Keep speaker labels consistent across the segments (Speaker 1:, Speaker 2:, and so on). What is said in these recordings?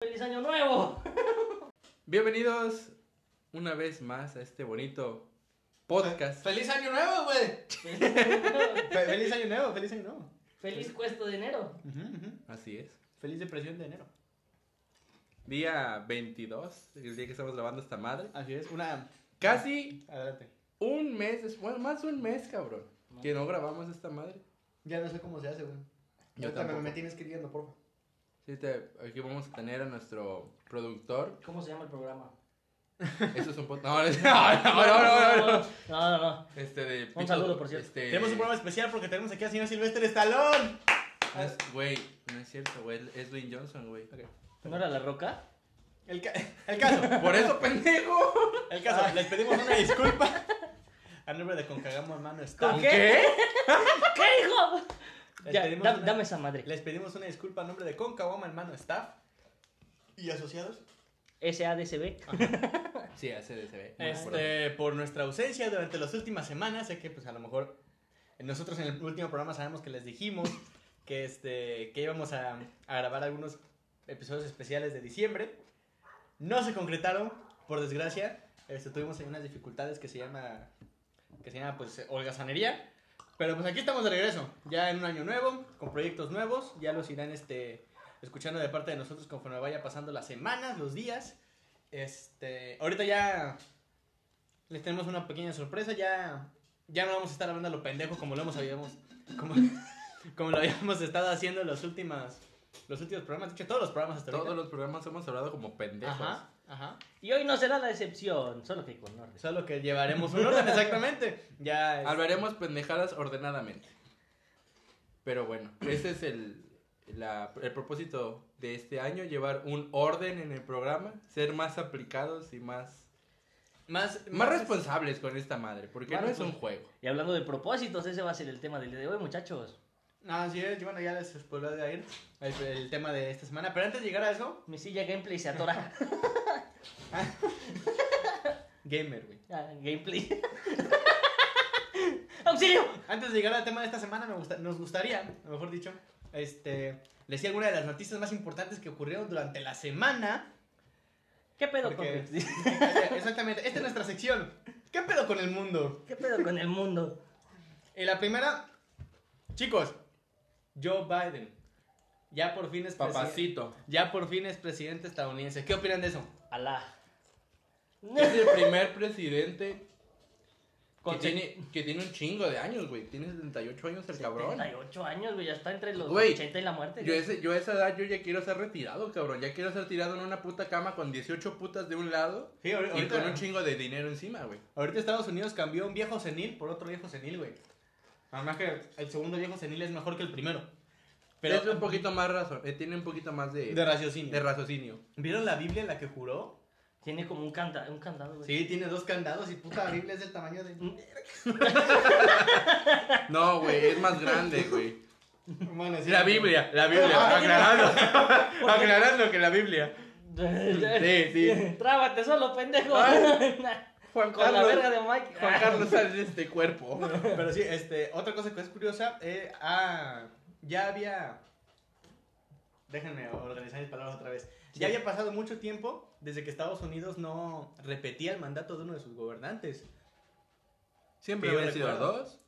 Speaker 1: ¡Feliz año nuevo!
Speaker 2: Bienvenidos una vez más a este bonito podcast.
Speaker 3: ¡Feliz año nuevo, güey! Fe- ¡Feliz año nuevo, feliz año nuevo!
Speaker 1: ¡Feliz cuesto de enero!
Speaker 3: Ujú, ujú.
Speaker 2: Así es.
Speaker 3: ¡Feliz depresión de enero!
Speaker 2: Día 22, el día que estamos grabando esta madre.
Speaker 3: Así es, una...
Speaker 2: Casi
Speaker 3: Adelante.
Speaker 2: un mes, des- bueno, más de un mes, cabrón, que no grabamos esta madre.
Speaker 3: Ya no sé cómo se hace, güey.
Speaker 2: Yo
Speaker 3: Ahorita me-
Speaker 2: tampoco.
Speaker 3: Me tienes que ir guiando, porfa.
Speaker 2: Sí, te- aquí vamos a tener a nuestro productor.
Speaker 1: ¿Cómo se llama el programa?
Speaker 2: Eso es un podcast. No, no, no, no, no, no.
Speaker 1: No, no, no.
Speaker 2: Este de
Speaker 1: Un saludo, por cierto.
Speaker 2: Este,
Speaker 3: Tenemos un programa especial porque tenemos aquí al señor Silvestre Stallone.
Speaker 2: no es- Güey, no es cierto, güey. Es Dwayne Johnson, güey.
Speaker 1: ¿No era La Roca?
Speaker 3: El, ca- el caso,
Speaker 2: Por eso, pendejo.
Speaker 3: el caso. Les pedimos una disculpa. A nombre de Concagamo Hermano
Speaker 1: ¿Con
Speaker 3: Stallone.
Speaker 1: qué? ¿Qué, hijo?
Speaker 3: Les
Speaker 1: Ya,
Speaker 3: pedimos
Speaker 1: da-
Speaker 3: una-
Speaker 1: dame esa madre.
Speaker 3: Les pedimos una disculpa a nombre de Concagamo Hermano Staff. ¿Y asociados?
Speaker 1: SADCB.
Speaker 2: Sí, hace de se ve.
Speaker 3: Este, por nuestra ausencia durante las últimas semanas, sé que pues a lo mejor nosotros en el último programa sabemos que les dijimos que este que íbamos a, a grabar algunos episodios especiales de diciembre. No se concretaron, por desgracia. Este, tuvimos ahí unas dificultades que se llama que se llama pues holgazanería, pero pues aquí estamos de regreso, ya en un año nuevo, con proyectos nuevos, ya los irán este escuchando de parte de nosotros conforme vaya pasando las semanas, los días. Este, ahorita ya les tenemos una pequeña sorpresa, ya, ya no vamos a estar hablando a lo pendejo como lo hemos habíamos, como, como lo habíamos estado haciendo en los últimos, los últimos programas, de hecho todos los programas hasta ahorita.
Speaker 2: Todos los programas hemos hablado como pendejos.
Speaker 3: Ajá, ajá.
Speaker 1: Y hoy no será la excepción, solo que con orden.
Speaker 3: Solo que llevaremos un orden, exactamente. Ya. es-
Speaker 2: Hablaremos pendejadas ordenadamente. Pero bueno, ese es el, la- el propósito de este año, llevar un orden en el programa, ser más aplicados y más,
Speaker 3: Más,
Speaker 2: más responsables con esta madre, porque
Speaker 1: Más
Speaker 2: no es un
Speaker 1: respons-
Speaker 2: juego.
Speaker 1: Y hablando de propósitos, ese va a ser el tema del día de hoy, muchachos.
Speaker 3: Así es, yo, bueno, ya les spoilé de ir el, el tema de esta semana. Pero antes de llegar a eso,
Speaker 1: Mi silla gameplay se atora.
Speaker 3: gamer, güey.
Speaker 1: Ah, gameplay. ¡Auxilio!
Speaker 3: Antes de llegar al tema de esta semana, me gusta- nos gustaría, mejor dicho, este, les decía algunas de las noticias más importantes que ocurrieron durante la semana.
Speaker 1: ¿Qué pedo
Speaker 3: Porque-
Speaker 1: con
Speaker 3: Exactamente, esta es nuestra sección. ¿Qué pedo con el mundo?
Speaker 1: ¿Qué pedo con el mundo?
Speaker 3: Y la primera, chicos, Joe Biden. Ya por fin es presi-
Speaker 2: Papacito,
Speaker 3: Ya por fin es presidente estadounidense. ¿Qué opinan de eso?
Speaker 1: Alá.
Speaker 2: es el primer presidente que
Speaker 3: Con-
Speaker 2: tiene, que tiene un chingo de años, güey. Tiene 78 años el cabrón.
Speaker 1: 78 años, güey, ya está entre los
Speaker 2: Güey,
Speaker 1: 80 y la muerte.
Speaker 2: Yo,
Speaker 1: güey.
Speaker 2: ese- yo a esa edad yo ya quiero ser retirado, cabrón. Ya quiero ser tirado en una puta cama con 18 putas de un lado
Speaker 3: Sí, ahor-
Speaker 2: y con
Speaker 3: ahorita,
Speaker 2: un chingo de dinero encima, güey.
Speaker 3: ahorita Estados Unidos cambió un viejo senil por otro viejo senil, güey. Además que el segundo viejo senil es mejor que el primero. Pero
Speaker 2: es un poquito más razón, eh, tiene un poquito más de,
Speaker 3: de raciocinio.
Speaker 2: de raciocinio.
Speaker 3: ¿Vieron la Biblia en la que juró?
Speaker 1: Tiene como un, canta, un candado, güey.
Speaker 3: Sí, tiene dos candados y puta Biblia es del tamaño de.
Speaker 2: No, güey, es más grande, güey. Ah,
Speaker 3: Bueno, sí.
Speaker 2: La Biblia, la Biblia, aclarando. aclarando que la Biblia. Sí, sí.
Speaker 1: Trábate solo, pendejo.
Speaker 2: Ay. Juan
Speaker 1: con la verga de Mike.
Speaker 2: Juan Carlos sale de este cuerpo.
Speaker 3: Pero sí, este, otra cosa que es curiosa, eh, ah, ya había. Déjenme organizar mis palabras otra vez. Ya había pasado mucho tiempo desde que Estados Unidos no repetía el mandato de uno de sus gobernantes.
Speaker 2: Siempre
Speaker 3: Que yo
Speaker 2: habían sido
Speaker 3: recuerdo.
Speaker 2: dos.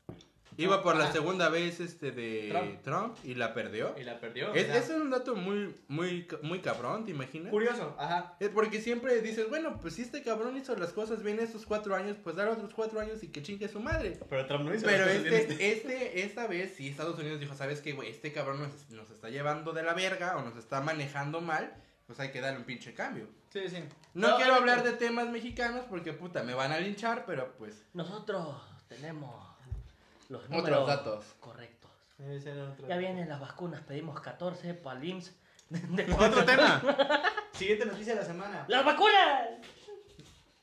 Speaker 2: Iba por la
Speaker 3: Ah.
Speaker 2: segunda vez este de Trump,
Speaker 3: Trump.
Speaker 2: y la perdió.
Speaker 3: Y la perdió.
Speaker 2: Es-
Speaker 3: o sea,
Speaker 2: ese es un dato muy, muy, ca- muy cabrón, ¿te imaginas?
Speaker 3: Curioso, ajá.
Speaker 2: Es porque siempre dices, bueno, pues si este cabrón hizo las cosas bien estos cuatro años, pues dar otros cuatro años y que chingue su madre.
Speaker 3: Pero Trump no hizo
Speaker 2: Pero
Speaker 3: las cosas bien.
Speaker 2: este, este, esta vez sí Estados Unidos dijo, ¿sabes qué, güey? Este cabrón nos, nos está llevando de la verga o nos está manejando mal, pues hay que darle un pinche cambio.
Speaker 3: Sí, sí.
Speaker 2: No, quiero
Speaker 3: ahorita-
Speaker 2: hablar de temas mexicanos porque, puta, me van a linchar, pero pues...
Speaker 1: Nosotros tenemos los
Speaker 2: Otros
Speaker 1: números
Speaker 2: datos.
Speaker 1: correctos.
Speaker 3: Ese era otro-
Speaker 1: Ya vienen las vacunas, pedimos 14 para el IMSS. De- de-
Speaker 3: Otro tema. Siguiente noticia de la semana.
Speaker 1: ¡Las vacunas!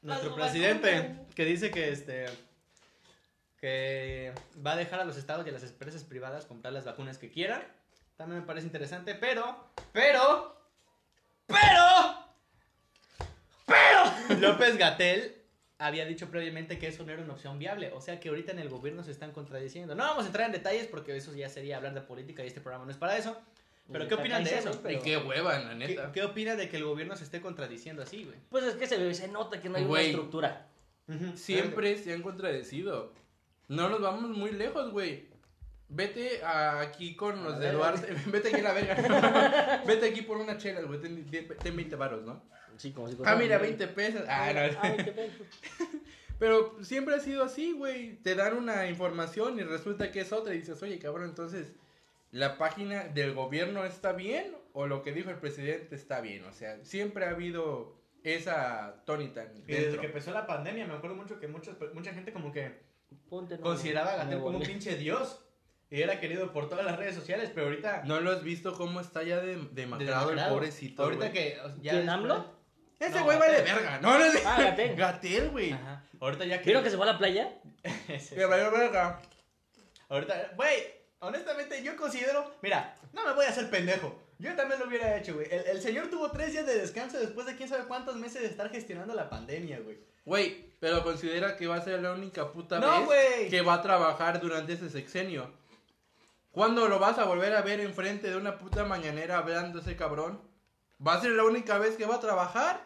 Speaker 3: Nuestro
Speaker 1: Las
Speaker 3: presidente
Speaker 1: vacunas.
Speaker 3: que dice que este que va a dejar a los estados y a las empresas privadas comprar las vacunas que quieran. También me parece interesante, pero pero pero pero López Gatel había dicho previamente que eso no era una opción viable, o sea que ahorita en el gobierno se están contradiciendo. No vamos a entrar en detalles porque eso ya sería hablar de política y este programa no es para eso. Pero ¿qué opinan de eso?
Speaker 2: Y
Speaker 1: Pero-
Speaker 2: qué hueva, la
Speaker 3: ¿Qué,
Speaker 2: neta.
Speaker 3: qué opinas de que el gobierno se esté contradiciendo así, güey?
Speaker 1: Pues es que se, se nota que no hay
Speaker 2: Güey.
Speaker 1: una estructura.
Speaker 2: Siempre se han contradecido. No nos vamos muy lejos, güey. Vete a- aquí con los
Speaker 1: la
Speaker 2: de
Speaker 1: verga.
Speaker 2: Duarte. Vete aquí a la verga. Vete aquí por una chela, güey. Ten, ten 20 varos, ¿no?
Speaker 1: Sí, como si
Speaker 2: Ah, mira, 20 pesos. Ah, no.
Speaker 1: Ah, 20 pesos.
Speaker 2: Pero siempre ha sido así, güey. Te dan una información y resulta que es otra y dices, oye, cabrón, entonces, ¿la página del gobierno está bien o lo que dijo el presidente está bien? O sea, siempre ha habido esa tónita
Speaker 3: Y desde
Speaker 2: dentro.
Speaker 3: que empezó la pandemia, me acuerdo mucho que muchas, mucha gente como que
Speaker 1: Ponte, no,
Speaker 3: consideraba a
Speaker 1: no,
Speaker 3: Gatel
Speaker 1: no,
Speaker 3: como un
Speaker 1: no.
Speaker 3: pinche dios. Y era querido por todas las redes sociales, pero ahorita...
Speaker 2: ¿No lo has visto cómo está ya de, demacrado el
Speaker 3: desgraciado,
Speaker 2: pobrecito,
Speaker 3: Ahorita
Speaker 2: güey?
Speaker 3: que... o sea, ya
Speaker 1: ¿Quién,
Speaker 3: después-
Speaker 1: AMLO?
Speaker 2: Ese
Speaker 3: No,
Speaker 2: güey vale
Speaker 3: Gatel.
Speaker 2: verga, ¿no? no es...
Speaker 1: Ah, Gatel.
Speaker 2: Gatel, güey.
Speaker 3: Ajá. Ahorita ya
Speaker 1: ¿Vieron que se fue a la playa?
Speaker 2: Que vale verga.
Speaker 3: Ahorita, güey, honestamente yo considero, mira, no me voy a hacer pendejo. Yo también lo hubiera hecho, güey. El, el señor tuvo tres días de descanso después de quién sabe cuántos meses de estar gestionando la pandemia, güey.
Speaker 2: Güey, pero considera que va a ser la única puta vez
Speaker 3: No, güey.
Speaker 2: que va a trabajar durante ese sexenio. ¿Cuándo lo vas a volver a ver enfrente de una puta mañanera hablando ese cabrón? ¿Va a ser la única vez que va a trabajar?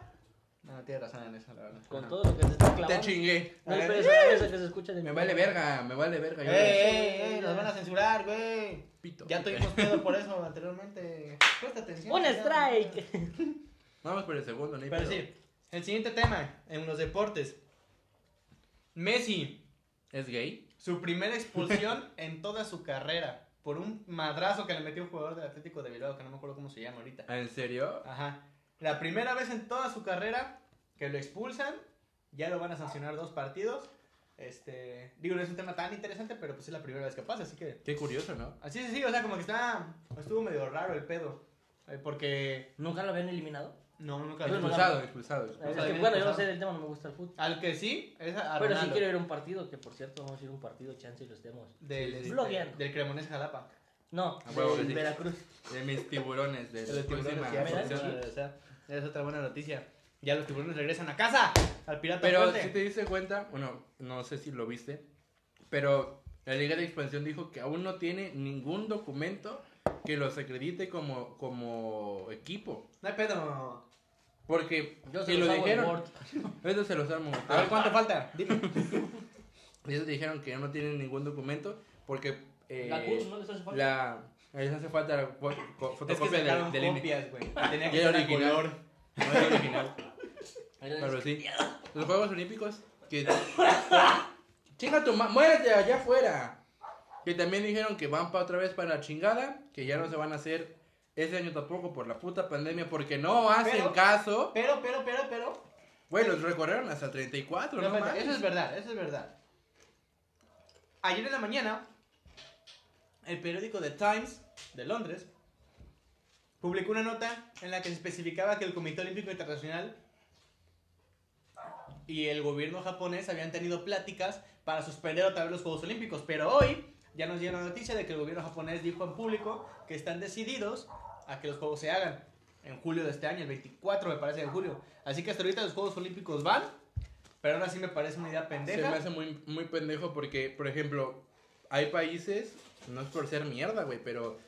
Speaker 3: No, no tiene razón en eso, la verdad.
Speaker 1: Con
Speaker 3: No.
Speaker 1: todo lo que se está clavando.
Speaker 2: Te chingué.
Speaker 1: No hay
Speaker 3: Eh.
Speaker 1: personajes que se escuchan en
Speaker 2: Me
Speaker 1: el-
Speaker 2: vale verga, me vale verga.
Speaker 3: Ey,
Speaker 2: yo
Speaker 3: ey, ey, nos van a censurar, güey.
Speaker 2: pito.
Speaker 3: Ya tuvimos pedo por eso anteriormente. Presta atención.
Speaker 1: Un
Speaker 3: ya,
Speaker 1: strike.
Speaker 2: Vamos por el segundo, no hay
Speaker 3: Pero
Speaker 2: pedo.
Speaker 3: sí, el siguiente tema, en los deportes. Messi,
Speaker 2: ¿Es gay?
Speaker 3: Su primera expulsión en toda su carrera. Por un madrazo que le metió un jugador del Atlético de Bilbao, que no me acuerdo cómo se llama ahorita.
Speaker 2: Ah, ¿En serio?
Speaker 3: Ajá. La primera vez en toda su carrera que lo expulsan. Ya lo van a sancionar dos partidos. Este. Digo, no es un tema tan interesante, pero pues es la primera vez que pasa, así que.
Speaker 2: Qué curioso, ¿no?
Speaker 3: Así sí, sí, o sea, como que está. Estuvo medio raro el pedo. eh, Porque.
Speaker 1: ¿Nunca lo habían eliminado?
Speaker 3: No, nunca
Speaker 1: Yo no la-
Speaker 2: Expulsado, expulsado.
Speaker 1: Es
Speaker 3: lo
Speaker 1: que,
Speaker 3: habían
Speaker 1: bueno, yo no
Speaker 3: pasado.
Speaker 1: sé del tema, no me gusta el fútbol.
Speaker 3: Al que sí, es a a
Speaker 1: Pero sí
Speaker 3: Ronaldo.
Speaker 1: quiero ir a un partido, que por cierto vamos a ir a un partido, chance y lo estemos.
Speaker 3: Del, este,
Speaker 2: Sí, sí.
Speaker 1: Blogueando.
Speaker 3: del Cremonés Jalapa.
Speaker 1: No,
Speaker 2: A huevo que
Speaker 1: del
Speaker 2: sí.
Speaker 1: Veracruz.
Speaker 2: De mis tiburones, de
Speaker 3: De los
Speaker 2: la próxima
Speaker 3: tiburones, ya
Speaker 1: ¿verdad?
Speaker 2: sección.
Speaker 3: van a regresar. Esa es otra buena noticia. Ya los tiburones regresan a casa. Al pirata
Speaker 2: Pero
Speaker 3: fuerte.
Speaker 2: si te diste cuenta, bueno, no sé si lo viste, pero la Liga de Expansión dijo que aún no tiene ningún documento que los acredite como, como equipo.
Speaker 3: No hay pedo.
Speaker 2: Porque,
Speaker 1: Yo se
Speaker 2: y
Speaker 1: los
Speaker 2: lo
Speaker 1: hago de
Speaker 2: dijeron,
Speaker 1: Word.
Speaker 2: eso se los armo.
Speaker 3: A ver cuánto falta. Dime.
Speaker 2: Ellos dijeron que no tienen ningún documento porque eh,
Speaker 1: La CUS, ¿no les hace falta?
Speaker 2: la- les hace falta la fo- co-
Speaker 3: Es que
Speaker 2: fotocopia del,
Speaker 3: sacaron
Speaker 2: del INE.
Speaker 3: copias, güey. Tenía
Speaker 2: Y
Speaker 3: que
Speaker 2: era
Speaker 3: ser a
Speaker 2: original.
Speaker 3: color.
Speaker 2: No es original. Pero sí. Los Juegos Olímpicos que. Chinga tu ma... Muérete allá afuera. Que también dijeron que van para otra vez para la chingada. Que ya no se van a hacer ese año tampoco por la puta pandemia. Porque no hacen
Speaker 3: Pero-
Speaker 2: caso.
Speaker 3: Pero, pero, pero, pero.
Speaker 2: Güey, los recorrieron hasta 34,
Speaker 3: No,
Speaker 2: ¿no?
Speaker 3: espérate,
Speaker 2: mames.
Speaker 3: eso es verdad, eso es verdad. Ayer en la mañana, el periódico The Times de Londres publicó una nota en la que se especificaba que el Comité Olímpico Internacional y el gobierno japonés habían tenido pláticas para suspender otra vez los Juegos Olímpicos, pero hoy ya nos dieron la noticia de que el gobierno japonés dijo en público que están decididos a que los Juegos se hagan en julio de este año, el 24 me parece de julio. Así que hasta ahorita los Juegos Olímpicos van, pero ahora sí me parece una idea
Speaker 2: Se me
Speaker 3: pendeja.
Speaker 2: hace muy, muy pendejo porque, por ejemplo, hay países, no es por ser mierda, güey, pero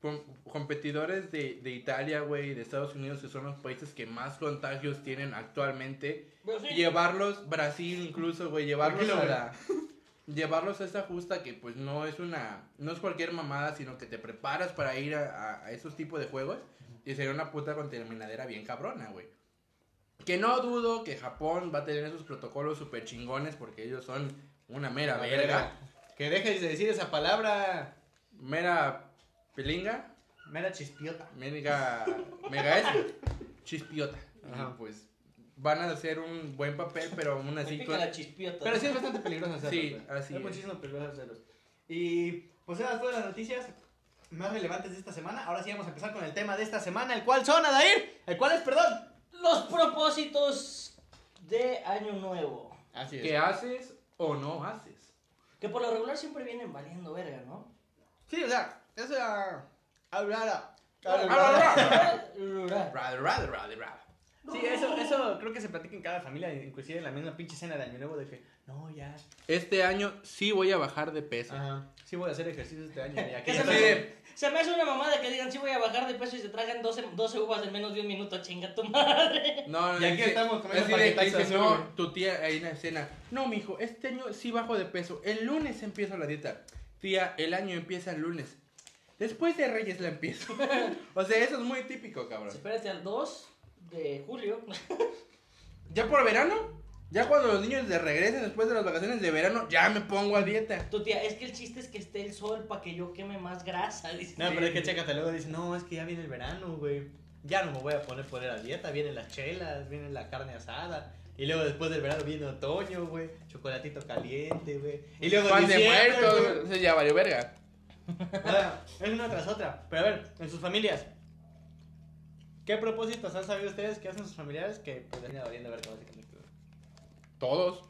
Speaker 2: com- competidores de, de Italia, güey, de Estados Unidos, que son los países que más contagios tienen actualmente, llevarlos, Brasil incluso, güey, llevarlos
Speaker 3: Tranquilo,
Speaker 2: a
Speaker 3: güey.
Speaker 2: la... Llevarlos a esa justa que pues no es una... No es cualquier mamada, sino que te preparas para ir a, a- a esos tipos de juegos y sería una puta contaminadera bien cabrona, güey. Que no dudo que Japón va a tener esos protocolos súper chingones porque ellos son una mera
Speaker 3: La
Speaker 2: verga.
Speaker 3: Que dejes de decir esa palabra.
Speaker 2: Mera pilinga,
Speaker 3: Mera chispiota.
Speaker 2: mega, mega eso, chispiota.
Speaker 3: Ajá.
Speaker 2: Y, pues van a hacer un buen papel, pero aún así...
Speaker 1: pica
Speaker 2: con-
Speaker 1: la chispiota.
Speaker 3: Pero sí es bastante peligroso hacerlo.
Speaker 2: Sí,
Speaker 3: güey.
Speaker 2: así
Speaker 3: Es
Speaker 2: es.
Speaker 3: muchísimo peligroso hacerlo. Y pues esas fueron las noticias más relevantes de esta semana. Ahora sí vamos a empezar con el tema de esta semana, el cual son, Adair. El cual es, perdón.
Speaker 1: Los propósitos de Año Nuevo.
Speaker 3: Así
Speaker 2: ¿Qué haces o no haces?
Speaker 1: Que por lo regular siempre vienen valiendo verga, ¿no?
Speaker 3: Sí, o sea, es a... Hablar a...
Speaker 2: Ah, ah, ah.
Speaker 1: Rural.
Speaker 2: Rather, rather, rather, rather.
Speaker 3: Sí, eso, eso creo que se platica en cada familia, inclusive en la misma pinche cena de Año Nuevo, de que, no, ya.
Speaker 2: Este año sí voy a bajar de peso.
Speaker 3: Ajá. Sí voy a hacer ejercicio este año. Ya que
Speaker 1: ¿Qué
Speaker 3: ya
Speaker 1: se
Speaker 2: Sí.
Speaker 3: estoy-
Speaker 1: me, se me hace una mamada que digan, sí voy a bajar de peso y se tragan 12, 12 uvas en menos de un minuto, chinga tu madre.
Speaker 2: No, no,
Speaker 3: Y aquí
Speaker 2: sí,
Speaker 3: estamos comiendo
Speaker 2: así de que
Speaker 3: paquetazos,
Speaker 2: dice,
Speaker 3: ¿no?
Speaker 2: no, tu tía ahí en la escena. No, mijo, este año sí bajo de peso. El lunes empiezo la dieta. Tía, el año empieza el lunes. Después de Reyes la empiezo. o sea, eso es muy típico, cabrón.
Speaker 1: Espérate al 2 de julio.
Speaker 2: Ya por verano, ya cuando los niños de regresen después de las vacaciones de verano, ya me pongo a dieta.
Speaker 1: Tu tía, es que el chiste es que esté el sol para que yo queme más grasa. dice.
Speaker 3: No, pero es que chécate, luego dice, no, es que ya viene el verano, güey. Ya no me voy a poner poner a dieta, vienen las chelas, viene la carne asada. Y luego después del verano viene otoño, güey. Chocolatito caliente, güey. Y luego
Speaker 2: Pan de
Speaker 3: diciembre,
Speaker 2: muerto, eso ya valió verga.
Speaker 3: güey. O sea, es una tras otra. Pero a ver, en sus familias. ¿Qué propósitos han sabido ustedes que hacen sus familiares que pues termina valiendo verga básicamente? güey?
Speaker 2: Todos.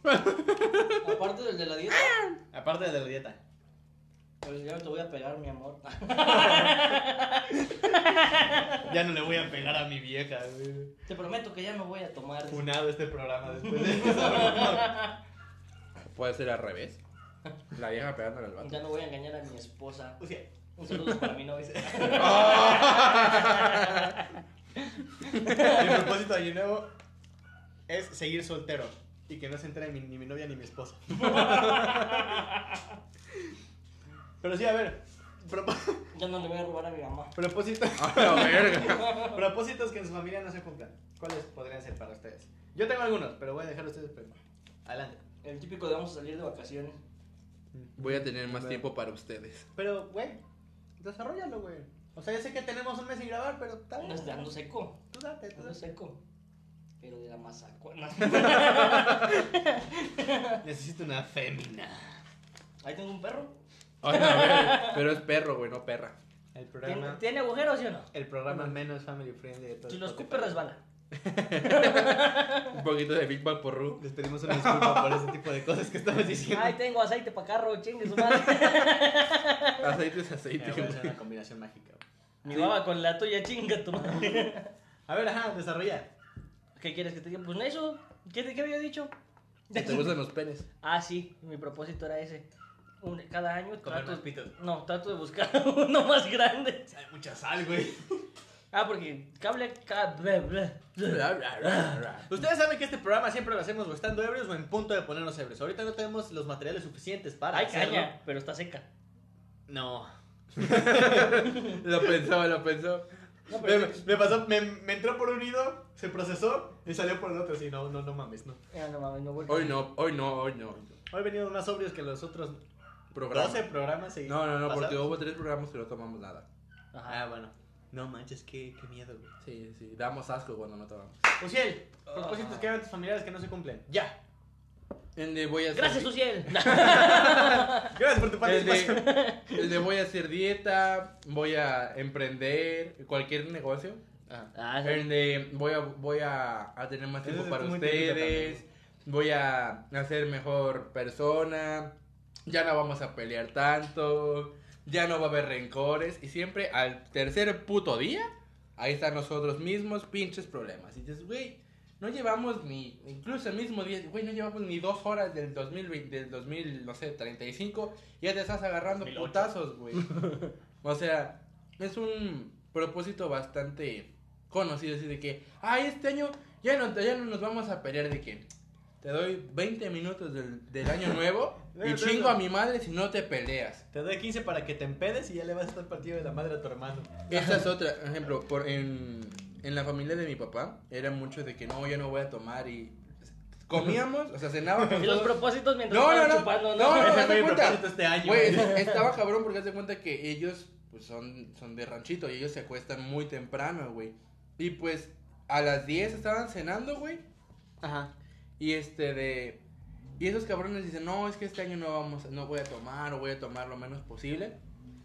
Speaker 1: Aparte del de la dieta,
Speaker 3: Aparte de la dieta.
Speaker 1: pues ya no te voy a pegar, mi amor.
Speaker 3: Ya no le voy a pegar a mi vieja, güey.
Speaker 1: Te prometo que ya no voy a tomar. dice.
Speaker 3: Funado este programa después de esto.
Speaker 2: Puede ser al revés. La vieja pegándole al vato.
Speaker 1: Ya no voy a engañar a mi esposa.
Speaker 3: O sea,
Speaker 1: Un saludo para mi novia.
Speaker 3: Mi propósito de año nuevo es seguir soltero y que no se entere mi- ni mi novia ni mi esposa. Pero sí, a ver, propo-
Speaker 1: Ya no le voy a robar a mi mamá.
Speaker 3: propósito-
Speaker 2: A la verga.
Speaker 3: propósitos que en su familia no se cumplan. ¿Cuáles podrían ser para ustedes? Yo tengo algunos, pero voy a dejar a ustedes primero. Adelante.
Speaker 1: El típico de vamos a salir de vacaciones.
Speaker 2: Voy a tener más tiempo para ustedes.
Speaker 3: Pero, güey, desarrollalo, güey. O sea, yo sé que tenemos un mes sin grabar, pero tal.
Speaker 1: Andas dando seco.
Speaker 3: Tú date, tú
Speaker 1: Ando
Speaker 3: date.
Speaker 1: seco. Pero de la mazacuana.
Speaker 3: Necesito una fémina.
Speaker 1: Ahí tengo un perro.
Speaker 2: A la verga. Pero es perro, güey, no perra.
Speaker 1: ¿Tiene,
Speaker 3: El programa,
Speaker 1: tiene agujeros, sí o no?
Speaker 3: el programa menos family friendly de todos.
Speaker 1: Si los escupe, resbala.
Speaker 2: Un poquito de Big Bang por Ru.
Speaker 3: Les pedimos una disculpa por ese tipo de cosas que estamos diciendo.
Speaker 1: Ay, tengo aceite para carro, chingue su madre.
Speaker 2: Aceite es
Speaker 3: Eh,
Speaker 2: aceite,
Speaker 3: voy a
Speaker 2: güey.
Speaker 3: hacer una combinación mágica. güey.
Speaker 1: Mi baba con la tuya, chinga tu madre.
Speaker 3: A ver, ajá, desarrolla.
Speaker 1: ¿Qué quieres que te diga? Pues eso. ¿Qué, te- qué había dicho?
Speaker 2: ¿Te gustan los penes?
Speaker 1: Ah, sí, mi propósito era ese. Un- cada año
Speaker 3: Comer
Speaker 1: trato,
Speaker 3: más pitos.
Speaker 1: no, trato de buscar uno más grande.
Speaker 3: Hay mucha sal, güey.
Speaker 1: Ah, porque cable. ca- ble, ble, ble.
Speaker 3: Ustedes saben que este programa siempre lo hacemos o estando ebrios o en punto de ponernos ebrios. Ahorita no tenemos los materiales suficientes para
Speaker 1: Ay,
Speaker 3: hacerlo.
Speaker 1: caña, pero está seca.
Speaker 3: No.
Speaker 2: Lo pensó, lo pensó.
Speaker 1: No,
Speaker 3: Me,
Speaker 1: pero
Speaker 3: me pasó, me, me entró por un nido, se procesó y salió por el otro. Sí, no, no, no mames, no.
Speaker 1: Ah, no mames, no voy.
Speaker 2: Hoy no, hoy no, hoy no.
Speaker 3: Hoy venimos más sobrios que los otros
Speaker 2: Programa.
Speaker 3: 12 programas. seguidos
Speaker 2: No, no, no, porque
Speaker 3: pasados.
Speaker 2: hubo tres programas que no tomamos nada.
Speaker 1: Ajá.
Speaker 3: Ah, bueno. No manches, qué, qué miedo, güey.
Speaker 2: Sí, sí, damos asco cuando no tomamos.
Speaker 3: Uciel,
Speaker 2: Ah.
Speaker 3: propósitos que hagan tus familiares que no se cumplen. Ya.
Speaker 2: El de voy a hacer,
Speaker 1: Gracias, Uciel.
Speaker 3: Gracias por tu
Speaker 2: el
Speaker 3: participación.
Speaker 2: de, el de voy a hacer dieta, voy a emprender cualquier negocio.
Speaker 1: Ah, sí.
Speaker 2: El de voy a, voy a, a tener más
Speaker 3: Ese
Speaker 2: tiempo
Speaker 3: es
Speaker 2: para
Speaker 3: muy típico
Speaker 2: ustedes, voy a, a ser mejor persona, ya no vamos a pelear tanto, ya no va a haber rencores y siempre al tercer puto día, ahí están nosotros mismos pinches problemas. Y dices, güey, no llevamos ni, incluso el mismo día, güey, no llevamos ni dos horas del 2020, del 2000, no sé, 35, ya te estás agarrando
Speaker 3: 2008.
Speaker 2: putazos, güey. o sea, es un propósito bastante conocido, así de que, ay, este año ya no, ya no nos vamos a pelear de que te doy 20 minutos del, del año nuevo y
Speaker 3: Eso,
Speaker 2: chingo
Speaker 3: eso.
Speaker 2: a mi madre si no te peleas.
Speaker 3: Te doy 15 para que te empedes y ya le vas a estar partido de la madre a tu hermano.
Speaker 2: Esa es otra, por ejemplo, por, en, en la familia de mi papá era mucho de que no, yo no voy a tomar y comíamos, o sea, cenábamos.
Speaker 1: Y los
Speaker 2: todos.
Speaker 1: propósitos mientras
Speaker 2: No, no,
Speaker 1: estaban
Speaker 2: no.
Speaker 1: chupando,
Speaker 2: No, no,
Speaker 1: ¿no?
Speaker 2: haz de
Speaker 3: Ese fue mi
Speaker 2: cuenta.
Speaker 3: propósito este año.
Speaker 2: Güey,
Speaker 3: güey.
Speaker 2: estaba cabrón porque haz de cuenta que ellos pues, son, son de ranchito y ellos se acuestan muy temprano, güey. Y pues a las 10 estaban cenando, güey.
Speaker 3: Ajá.
Speaker 2: Y este de. Y esos cabrones dicen, no, es que este año no vamos, no voy a tomar, o voy a tomar lo menos posible.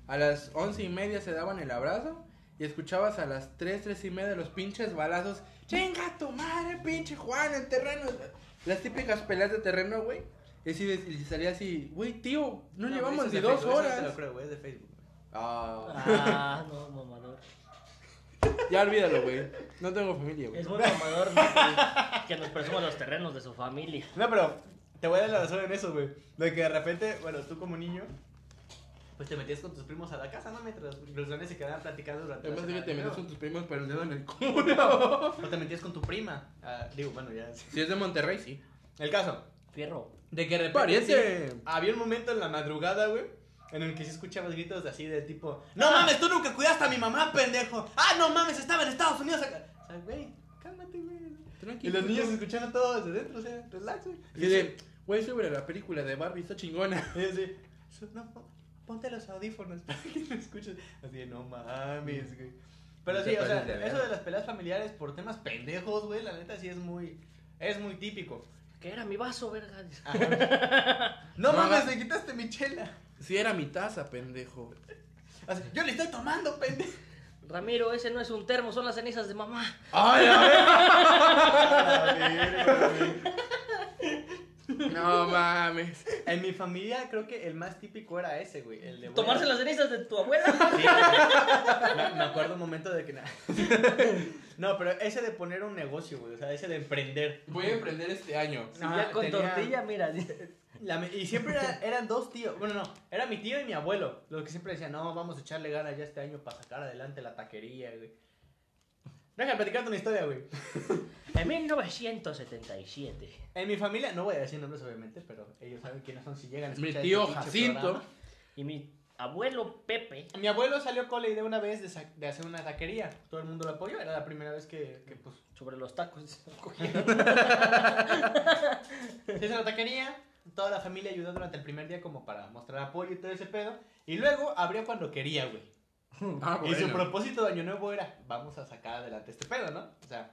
Speaker 2: A las once y media se daban el abrazo y escuchabas a las tres, tres y media los pinches balazos. ¡Chinga tu madre, pinche Juan, en terreno! Las típicas peleas de terreno, güey. Y, si, y salía así, güey, tío, no, llevamos ni dos
Speaker 3: Te
Speaker 2: horas.
Speaker 3: lo creo, güey, es de Facebook. güey.
Speaker 2: Ah.
Speaker 1: Ah, no, mamador.
Speaker 2: Ya olvídalo, güey. No tengo familia, güey.
Speaker 1: Es muy mamador ¿no? que nos presuma los terrenos de su familia.
Speaker 3: No, pero te voy a dar la razón en eso, güey. De que de repente, bueno, tú como niño, pues te metías con tus primos a la casa, ¿no? Mientras los dones se quedaban platicando durante la
Speaker 2: Además de que
Speaker 3: cena
Speaker 2: te
Speaker 3: de
Speaker 2: metes
Speaker 3: huevo.
Speaker 2: con tus primos para el dedo en el culo.
Speaker 3: O te metías con tu prima. Ah, digo, bueno, ya. es-
Speaker 2: Si es de Monterrey, sí.
Speaker 3: El caso,
Speaker 1: Fierro.
Speaker 3: de que de repente.
Speaker 2: Parece.
Speaker 3: sí, había un momento en la madrugada, güey. En el que sí escuchabas gritos de así del tipo: No
Speaker 2: Ah.
Speaker 3: mames, tú nunca cuidaste a mi mamá, pendejo. Ah, no mames, estaba en Estados Unidos acá. O sea, güey, cálmate, güey. Y
Speaker 2: Tranquilo.
Speaker 3: los niños escuchando todo desde dentro, o sea, relax, güey.
Speaker 2: Y de, güey, sobre la película de Barbie, está chingona.
Speaker 3: Y yo así, "Su- no, po- ponte los audífonos para que no escuches. Así, de, no mames, güey. Pero
Speaker 2: No
Speaker 3: sí,
Speaker 2: te
Speaker 3: o sea,
Speaker 2: pases de
Speaker 3: eso
Speaker 2: verga.
Speaker 3: de las peleas familiares por temas pendejos, güey, la neta sí es muy, es muy típico.
Speaker 1: Que era mi vaso, verga.
Speaker 3: No,
Speaker 2: No,
Speaker 3: mames,
Speaker 2: no.
Speaker 3: me quitaste mi chela.
Speaker 2: Sí, era mi taza, pendejo.
Speaker 3: Así, yo le estoy tomando, pendejo.
Speaker 1: Ramiro, ese no es un termo, son las cenizas de mamá.
Speaker 2: ¡Ay, a ver!
Speaker 3: A ver, güey.
Speaker 2: No mames.
Speaker 3: En mi familia creo que el más típico era ese, güey. El de voy a-
Speaker 1: Tomarse las cenizas de tu abuela.
Speaker 3: Sí, güey. me, me acuerdo un momento de que nada. No, pero ese de poner un negocio, güey. O sea, ese de emprender.
Speaker 2: Voy a emprender este año.
Speaker 1: Sí,
Speaker 3: Ajá,
Speaker 1: ya con
Speaker 3: tenía-
Speaker 1: tortilla, mira.
Speaker 3: La me- y siempre era- eran dos tíos. Bueno, no, era mi tío y mi abuelo. Los que siempre decían, no, vamos a echarle ganas ya este año para sacar adelante la taquería, güey. Déjame platicarte una historia, güey.
Speaker 1: En 1977.
Speaker 3: En mi familia, no voy a decir nombres obviamente, pero ellos saben quiénes son si llegan a
Speaker 2: Mi
Speaker 3: escuchar
Speaker 2: tío
Speaker 3: este pinche
Speaker 2: Jacinto.
Speaker 3: programa.
Speaker 1: Y mi abuelo Pepe.
Speaker 3: Mi abuelo salió con la idea una vez de, sa- de hacer una taquería. Todo el mundo lo apoyó. Era la primera vez que, que pues,
Speaker 1: Sobre los tacos.
Speaker 3: Se hizo la taquería, toda la familia ayudó durante el primer día como para mostrar apoyo y todo ese pedo. Y luego abrió cuando quería, güey.
Speaker 2: Ah,
Speaker 3: Y su
Speaker 2: bueno.
Speaker 3: propósito de año nuevo era, vamos a sacar adelante este pedo, ¿no? O sea,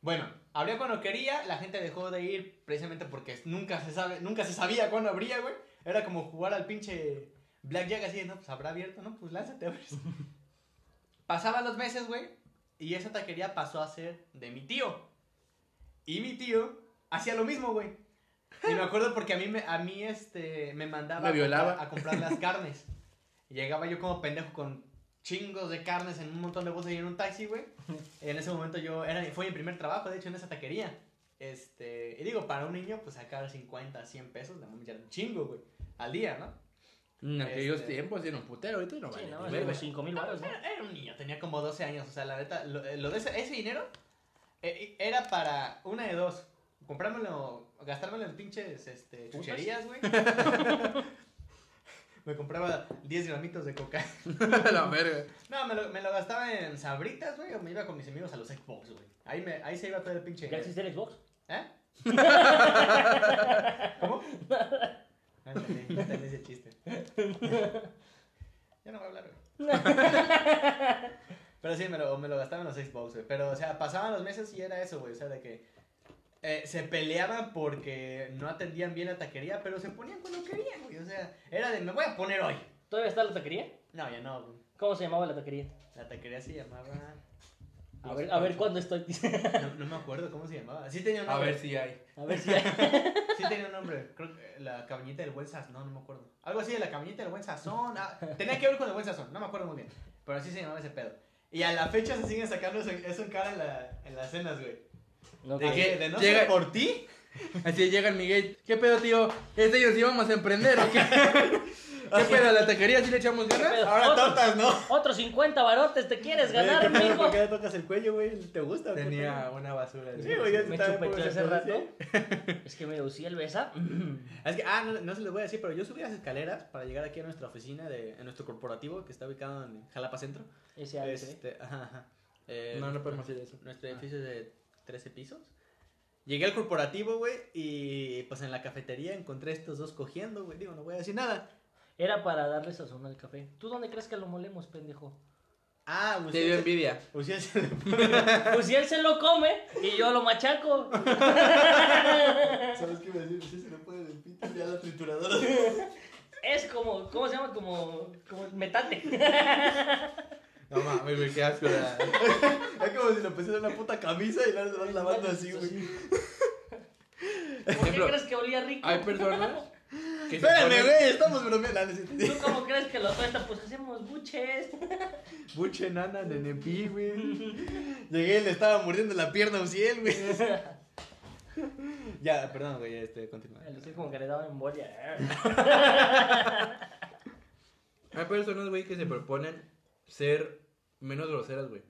Speaker 3: bueno, abrió cuando quería, la gente dejó de ir precisamente porque nunca se sabe, nunca se sabía cuándo abría, güey. Era como jugar al pinche Blackjack así, de, no, pues habrá abierto, no, pues lánzate, a ver. Pasaban los meses, güey, y esa taquería pasó a ser de mi tío. Y mi tío hacía lo mismo, güey. Y me acuerdo porque a mí, me, a mí este, me mandaba
Speaker 2: Me
Speaker 3: a comprar-
Speaker 2: violaba.
Speaker 3: a comprar las carnes. Y Llegaba yo como pendejo con chingos de carnes en un montón de bolsas y en un taxi, güey. En ese momento yo, era, fue mi primer trabajo, de hecho, en esa taquería. Este, y digo, para un niño, pues sacar 50, 100 pesos, la mames, ya era un chingo, güey, al día, ¿no?
Speaker 2: En aquellos
Speaker 3: Este.
Speaker 2: tiempos era un putero, ahorita no
Speaker 1: Sí,
Speaker 2: vale.
Speaker 1: no,
Speaker 2: ni
Speaker 1: es
Speaker 2: verga.
Speaker 1: como 5 mil baros, ¿no?
Speaker 3: Era, era un niño, tenía como 12 años, o sea, la neta, lo, eh, lo de ese, ese dinero eh, eh, era para una de dos. Comprármelo, gastármelo en pinches este,
Speaker 1: ¿Putas?
Speaker 3: chucherías, güey. Me compraba 10 gramitos de coca.
Speaker 2: la verga.
Speaker 3: No, me lo, me lo gastaba en sabritas, güey, o me iba con mis amigos a los Xbox, güey. Ahí, me, ahí se iba todo el pinche...
Speaker 1: ¿Ya existe el Xbox?
Speaker 3: ¿Eh? ¿Cómo? Ah, entendí, entendí ese chiste. Ya no voy a hablar, güey. Pero sí, me lo, me lo gastaban los Xbox, güey. Pero, o sea, pasaban los meses y era eso, güey. O sea, de que eh, se peleaban porque no atendían bien la taquería, pero se ponían cuando querían, güey. O sea, era de, me voy a poner hoy.
Speaker 1: ¿Todavía está la taquería?
Speaker 3: No, ya no, güey.
Speaker 1: ¿Cómo se llamaba la taquería?
Speaker 3: La taquería se llamaba...
Speaker 1: A ver, a ver cuándo estoy.
Speaker 3: No, no me acuerdo cómo se llamaba. Sí tenía un
Speaker 2: A
Speaker 3: nombre.
Speaker 2: ver si hay.
Speaker 1: A ver si hay.
Speaker 3: Sí tenía un nombre, creo que la cabañita del buen sazón, no, no me acuerdo. Algo así de la cabañita del buen sazón. ah, tenía que ver con el buen sazón, no me acuerdo muy bien. Pero así se llamaba ese pedo. Y a la fecha se siguen sacando eso, eso en cara en, la- en las cenas, güey.
Speaker 1: No, pues,
Speaker 3: ¿De
Speaker 1: que-
Speaker 3: qué? ¿De no
Speaker 2: Llega-
Speaker 3: ser por ti?
Speaker 2: Así llega el Miguel. ¿Qué pedo, tío? Este año sí vamos a emprender, ¿o qué? ¿Qué pedo? ¿La taquería sí le echamos
Speaker 1: pedo?
Speaker 2: ganas?
Speaker 1: Ahora Otro. tortas,
Speaker 3: ¿no?
Speaker 1: Otros 50 barotes te quieres ganar, mijo.
Speaker 3: le tocas el cuello, güey? ¿Te gusta?
Speaker 2: Tenía una basura. de-
Speaker 3: Sí, güey, ya
Speaker 1: Me
Speaker 3: estaba
Speaker 1: chupé
Speaker 3: pobre,
Speaker 1: hace
Speaker 3: sí.
Speaker 1: rato. Es que me usé el besa.
Speaker 3: Es que, ah, no, no se les voy a decir, pero yo subí las escaleras para llegar aquí a nuestra oficina, de, en nuestro corporativo que está ubicado en Jalapa Centro.
Speaker 1: Ese algo, ¿eh?
Speaker 3: Este, ajá, ajá. Eh,
Speaker 2: No, no podemos decir eso.
Speaker 3: Nuestro edificio es de 13 pisos. Llegué al corporativo, güey, y pues en la cafetería encontré a estos dos cogiendo, güey. Digo, no voy a decir nada.
Speaker 1: Era para darle sazón al café. ¿Tú dónde crees que lo molemos, pendejo?
Speaker 3: Ah,
Speaker 2: Te dio
Speaker 3: Uciel se-
Speaker 2: envidia.
Speaker 3: Uciel se
Speaker 1: Pues si él se lo come y yo lo machaco.
Speaker 3: ¿Sabes qué iba a decir? Uciel se lo puede del pito ya la trituradora.
Speaker 1: Es como, ¿cómo se llama? Como, como metate.
Speaker 2: No mames, güey, qué asco. la-
Speaker 3: es como si le pusieran una puta camisa y la van lavando así, güey.
Speaker 1: ¿Por qué
Speaker 2: Ejemplo,
Speaker 1: crees que olía rico?
Speaker 2: Hay personas que se
Speaker 3: Espérame,
Speaker 2: ponen-
Speaker 3: güey, estamos bromeando. Ah, no es cierto.
Speaker 1: ¿Tú cómo crees que lo cuesta? Pues hacemos buches.
Speaker 3: Buche nana, nenepí, güey. Llegué, le estaba mordiendo la pierna a Uciel, güey. ya, perdón, güey, este, continúa.
Speaker 1: El Luciel como que le daba ¿eh? embolia.
Speaker 2: Hay personas, güey, que se proponen ser menos groseras, güey.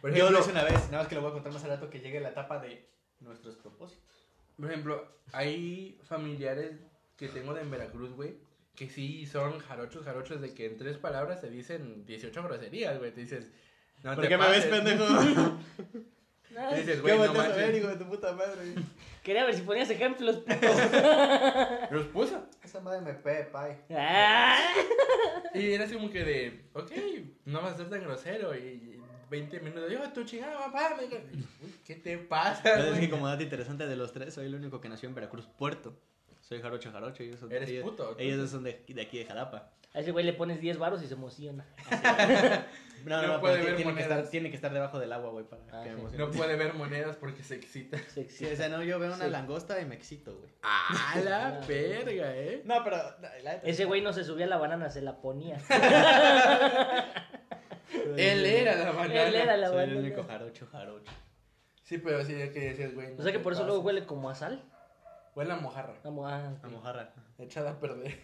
Speaker 2: Por
Speaker 3: Yo
Speaker 2: ejemplo,
Speaker 3: lo hice una vez, nada más que lo voy a contar más al rato que llegue la etapa de nuestros propósitos.
Speaker 2: por ejemplo, hay familiares que tengo de en Veracruz, güey, que sí son jarochos, jarochos, de que en tres palabras se dicen 18 groserías, güey. Te dices, no
Speaker 3: ¿Por
Speaker 2: te
Speaker 3: qué me ves,
Speaker 2: pases.
Speaker 3: pendejo?
Speaker 2: Te
Speaker 1: Ay,
Speaker 2: dices,
Speaker 3: ¿Qué
Speaker 2: güey, no
Speaker 3: volteas a ver,
Speaker 2: manches.
Speaker 3: hijo de tu puta madre?
Speaker 1: Quería ver si ponías ejemplos.
Speaker 2: Los puso.
Speaker 3: Esa madre me pe, pay.
Speaker 1: Ah.
Speaker 2: Y era así como que de, ok, no vas a ser tan grosero. Y 20 minutos, yo, tu chingada, papá. me dijo, Uy, ¿qué te pasa,
Speaker 3: Pero es
Speaker 2: güey?
Speaker 3: que como dato interesante de los tres, soy el único que nació en Veracruz Puerto. Soy jarocho jarocho, ellos son,
Speaker 2: Eres
Speaker 3: ellos,
Speaker 2: puto,
Speaker 3: ellos
Speaker 2: entonces.
Speaker 3: son de, de aquí de Jalapa.
Speaker 1: A ese güey le pones 10 varos y se emociona.
Speaker 3: No,
Speaker 2: No
Speaker 3: no, no,
Speaker 2: puede
Speaker 3: pero ti-
Speaker 2: ver
Speaker 3: tiene que,
Speaker 2: monedas.
Speaker 3: estar, tiene que estar debajo del agua, güey, para
Speaker 1: Ah,
Speaker 3: que
Speaker 1: sí.
Speaker 3: me emocione.
Speaker 2: No puede ver monedas porque se excita.
Speaker 3: Sí,
Speaker 1: Sexy.
Speaker 3: o sea, no, yo veo una
Speaker 1: Sí.
Speaker 3: langosta y me excito, güey.
Speaker 2: ¡A la
Speaker 1: Ah,
Speaker 2: verga, eh!
Speaker 3: No, pero la- la-
Speaker 1: Ese güey no se subía a la banana, se la ponía.
Speaker 2: Él era la banana.
Speaker 1: Él era la
Speaker 3: Soy el
Speaker 1: banana.
Speaker 3: único jarocho jarocho.
Speaker 2: Sí, pero así de que decías, güey.
Speaker 1: O sea que por eso luego
Speaker 2: huele.
Speaker 1: huele como a sal.
Speaker 2: Huele a mojarra,
Speaker 1: Vamos a...
Speaker 3: La mojarra.
Speaker 2: echada a perder.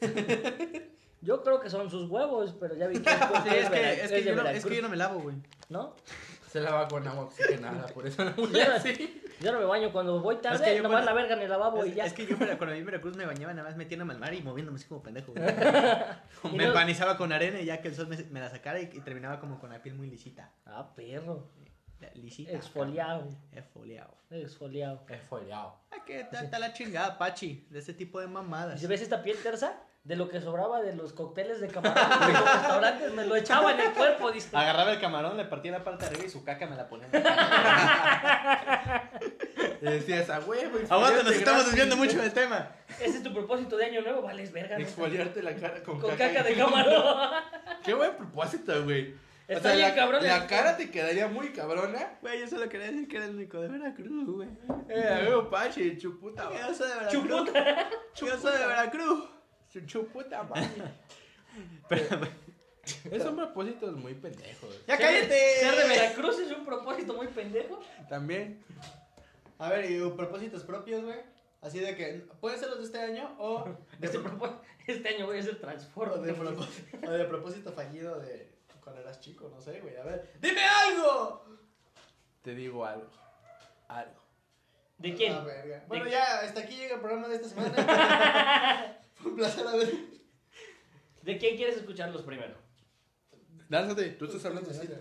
Speaker 1: Yo creo que son sus huevos, pero ya vi que es,
Speaker 3: Sí, es
Speaker 1: Vera-
Speaker 3: que, es que
Speaker 1: de
Speaker 3: yo no, es
Speaker 1: Veracruz,
Speaker 3: que yo no me lavo, güey.
Speaker 1: ¿No?
Speaker 2: Se lava con agua oxigenada, por eso no huele
Speaker 1: Yo no-
Speaker 2: así.
Speaker 1: Yo no me baño cuando voy tarde,
Speaker 3: Es que yo
Speaker 1: nomás
Speaker 3: cuando-
Speaker 1: la verga en el lavabo y
Speaker 3: Es,
Speaker 1: ya.
Speaker 3: es que yo para- cuando viví en Veracruz me bañaba nada más metiéndome al mar y moviéndome así como pendejo. güey.
Speaker 1: Y
Speaker 3: me
Speaker 1: no-
Speaker 3: empanizaba con arena y ya que el sol me, me la sacara y, y terminaba como con la piel muy lisita.
Speaker 1: Ah, perro.
Speaker 3: Lisita.
Speaker 1: Exfoliado,
Speaker 3: Exfoliado.
Speaker 1: exfoliado.
Speaker 2: Es follado.
Speaker 3: ¿A Ah, qué está, está la chingada, Pachi? De ese tipo de
Speaker 1: ¿Y
Speaker 3: mamadas.
Speaker 1: si ves esta piel tersa? De lo que sobraba de los cócteles de camarón de los restaurantes, me lo echaba en el cuerpo, dice.
Speaker 3: Agarraba el camarón, le partía la parte de arriba y su caca me la ponía. en la cara.
Speaker 2: Y decías, a huevo,
Speaker 3: Aguanta, nos
Speaker 2: exfoliarte
Speaker 3: estamos
Speaker 2: gratis.
Speaker 3: desviando mucho del tema.
Speaker 1: Ese es tu propósito de año nuevo, vales verga. ¿no?
Speaker 2: Exfoliarte la cara con,
Speaker 1: Con
Speaker 2: caca
Speaker 1: caca de
Speaker 2: camarón.
Speaker 1: camarón.
Speaker 2: Qué buen propósito, güey.
Speaker 1: Está bien
Speaker 2: la,
Speaker 1: cabrón
Speaker 2: la
Speaker 1: el-
Speaker 2: cara te quedaría muy cabrona.
Speaker 3: Güey, yo solo quería decir que era el único de Veracruz, güey.
Speaker 2: Eh, a huevo, Pachi, chuputa. va.
Speaker 3: Yo soy de Veracruz.
Speaker 1: Chuputa.
Speaker 3: Yo soy de Veracruz.
Speaker 2: Chu- Chuputa, Pachi.
Speaker 3: Pero,
Speaker 2: Son propósitos muy pendejos.
Speaker 3: ¡Ya
Speaker 1: Ser- Ser de
Speaker 3: cállate!
Speaker 1: Veracruz es un propósito muy pendejo.
Speaker 2: También.
Speaker 3: A ver, y uh, propósitos propios, güey. Así de que, ¿pueden ser los de este año o de,
Speaker 1: Este,
Speaker 3: pro-
Speaker 1: propó- este año voy a ser transforme.
Speaker 3: o de propósito, o de propósito fallido de cuando eras chico? No sé, güey. A ver, ¡dime algo!
Speaker 2: Te digo algo. Algo.
Speaker 1: ¿De
Speaker 3: Ah,
Speaker 1: quién?
Speaker 3: verga. Bueno,
Speaker 1: ¿De-
Speaker 3: ya, hasta aquí llega el programa de esta semana. Fue un placer haber.
Speaker 1: ¿De quién quieres escucharlos primero?
Speaker 2: Lánzate, tú estás hablando así.
Speaker 3: Que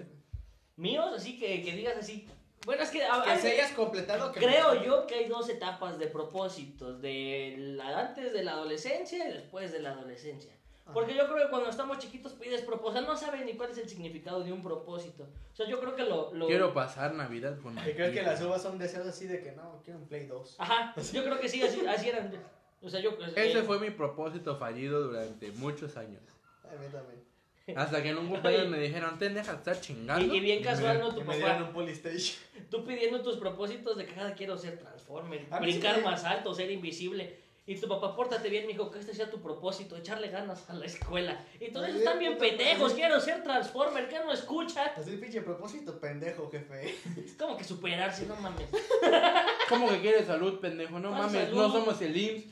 Speaker 1: ¿Míos? Así que, que digas así. Bueno, es que. a- a-
Speaker 3: se hayas completado. Que
Speaker 1: Creo yo que hay dos etapas de propósitos, de la- antes de la adolescencia y después de la adolescencia. Porque yo creo que cuando estamos chiquitos pides propósito, no saben ni cuál es el significado de un propósito. O sea, yo creo que lo... lo-
Speaker 2: Quiero pasar Navidad con mi
Speaker 3: Y creo que
Speaker 2: tía.
Speaker 3: las uvas son deseos así de que no, quiero un Play 2.
Speaker 1: Ajá, yo creo que sí, así, así eran. O sea, yo...
Speaker 2: Ese
Speaker 1: eh,
Speaker 2: fue mi propósito fallido durante muchos años.
Speaker 3: A mí también.
Speaker 2: Hasta que en un cumpleaños me dijeron, te deja de estar chingando.
Speaker 1: Y, y bien casual, ¿no? Tu
Speaker 3: Que me dieran
Speaker 1: papá,
Speaker 3: un Polystation.
Speaker 1: tú pidiendo tus propósitos de que cada quiero ser transformer,
Speaker 3: A mí
Speaker 1: brincar
Speaker 3: sí me-
Speaker 1: más alto, ser invisible. Y tu papá, pórtate bien, mijo, que este sea tu propósito, echarle ganas a la escuela. Y todos
Speaker 3: Ay,
Speaker 1: esos están bien
Speaker 3: puta madre.
Speaker 1: pendejos, quiero ser transformer, que no escuchan.
Speaker 3: Así pinche propósito, pendejo, jefe.
Speaker 1: Es como que superarse, no mames.
Speaker 2: ¿Cómo que quieres salud, pendejo? No
Speaker 1: ¿Cuál
Speaker 2: mames,
Speaker 1: salud?
Speaker 2: no somos el IMSS.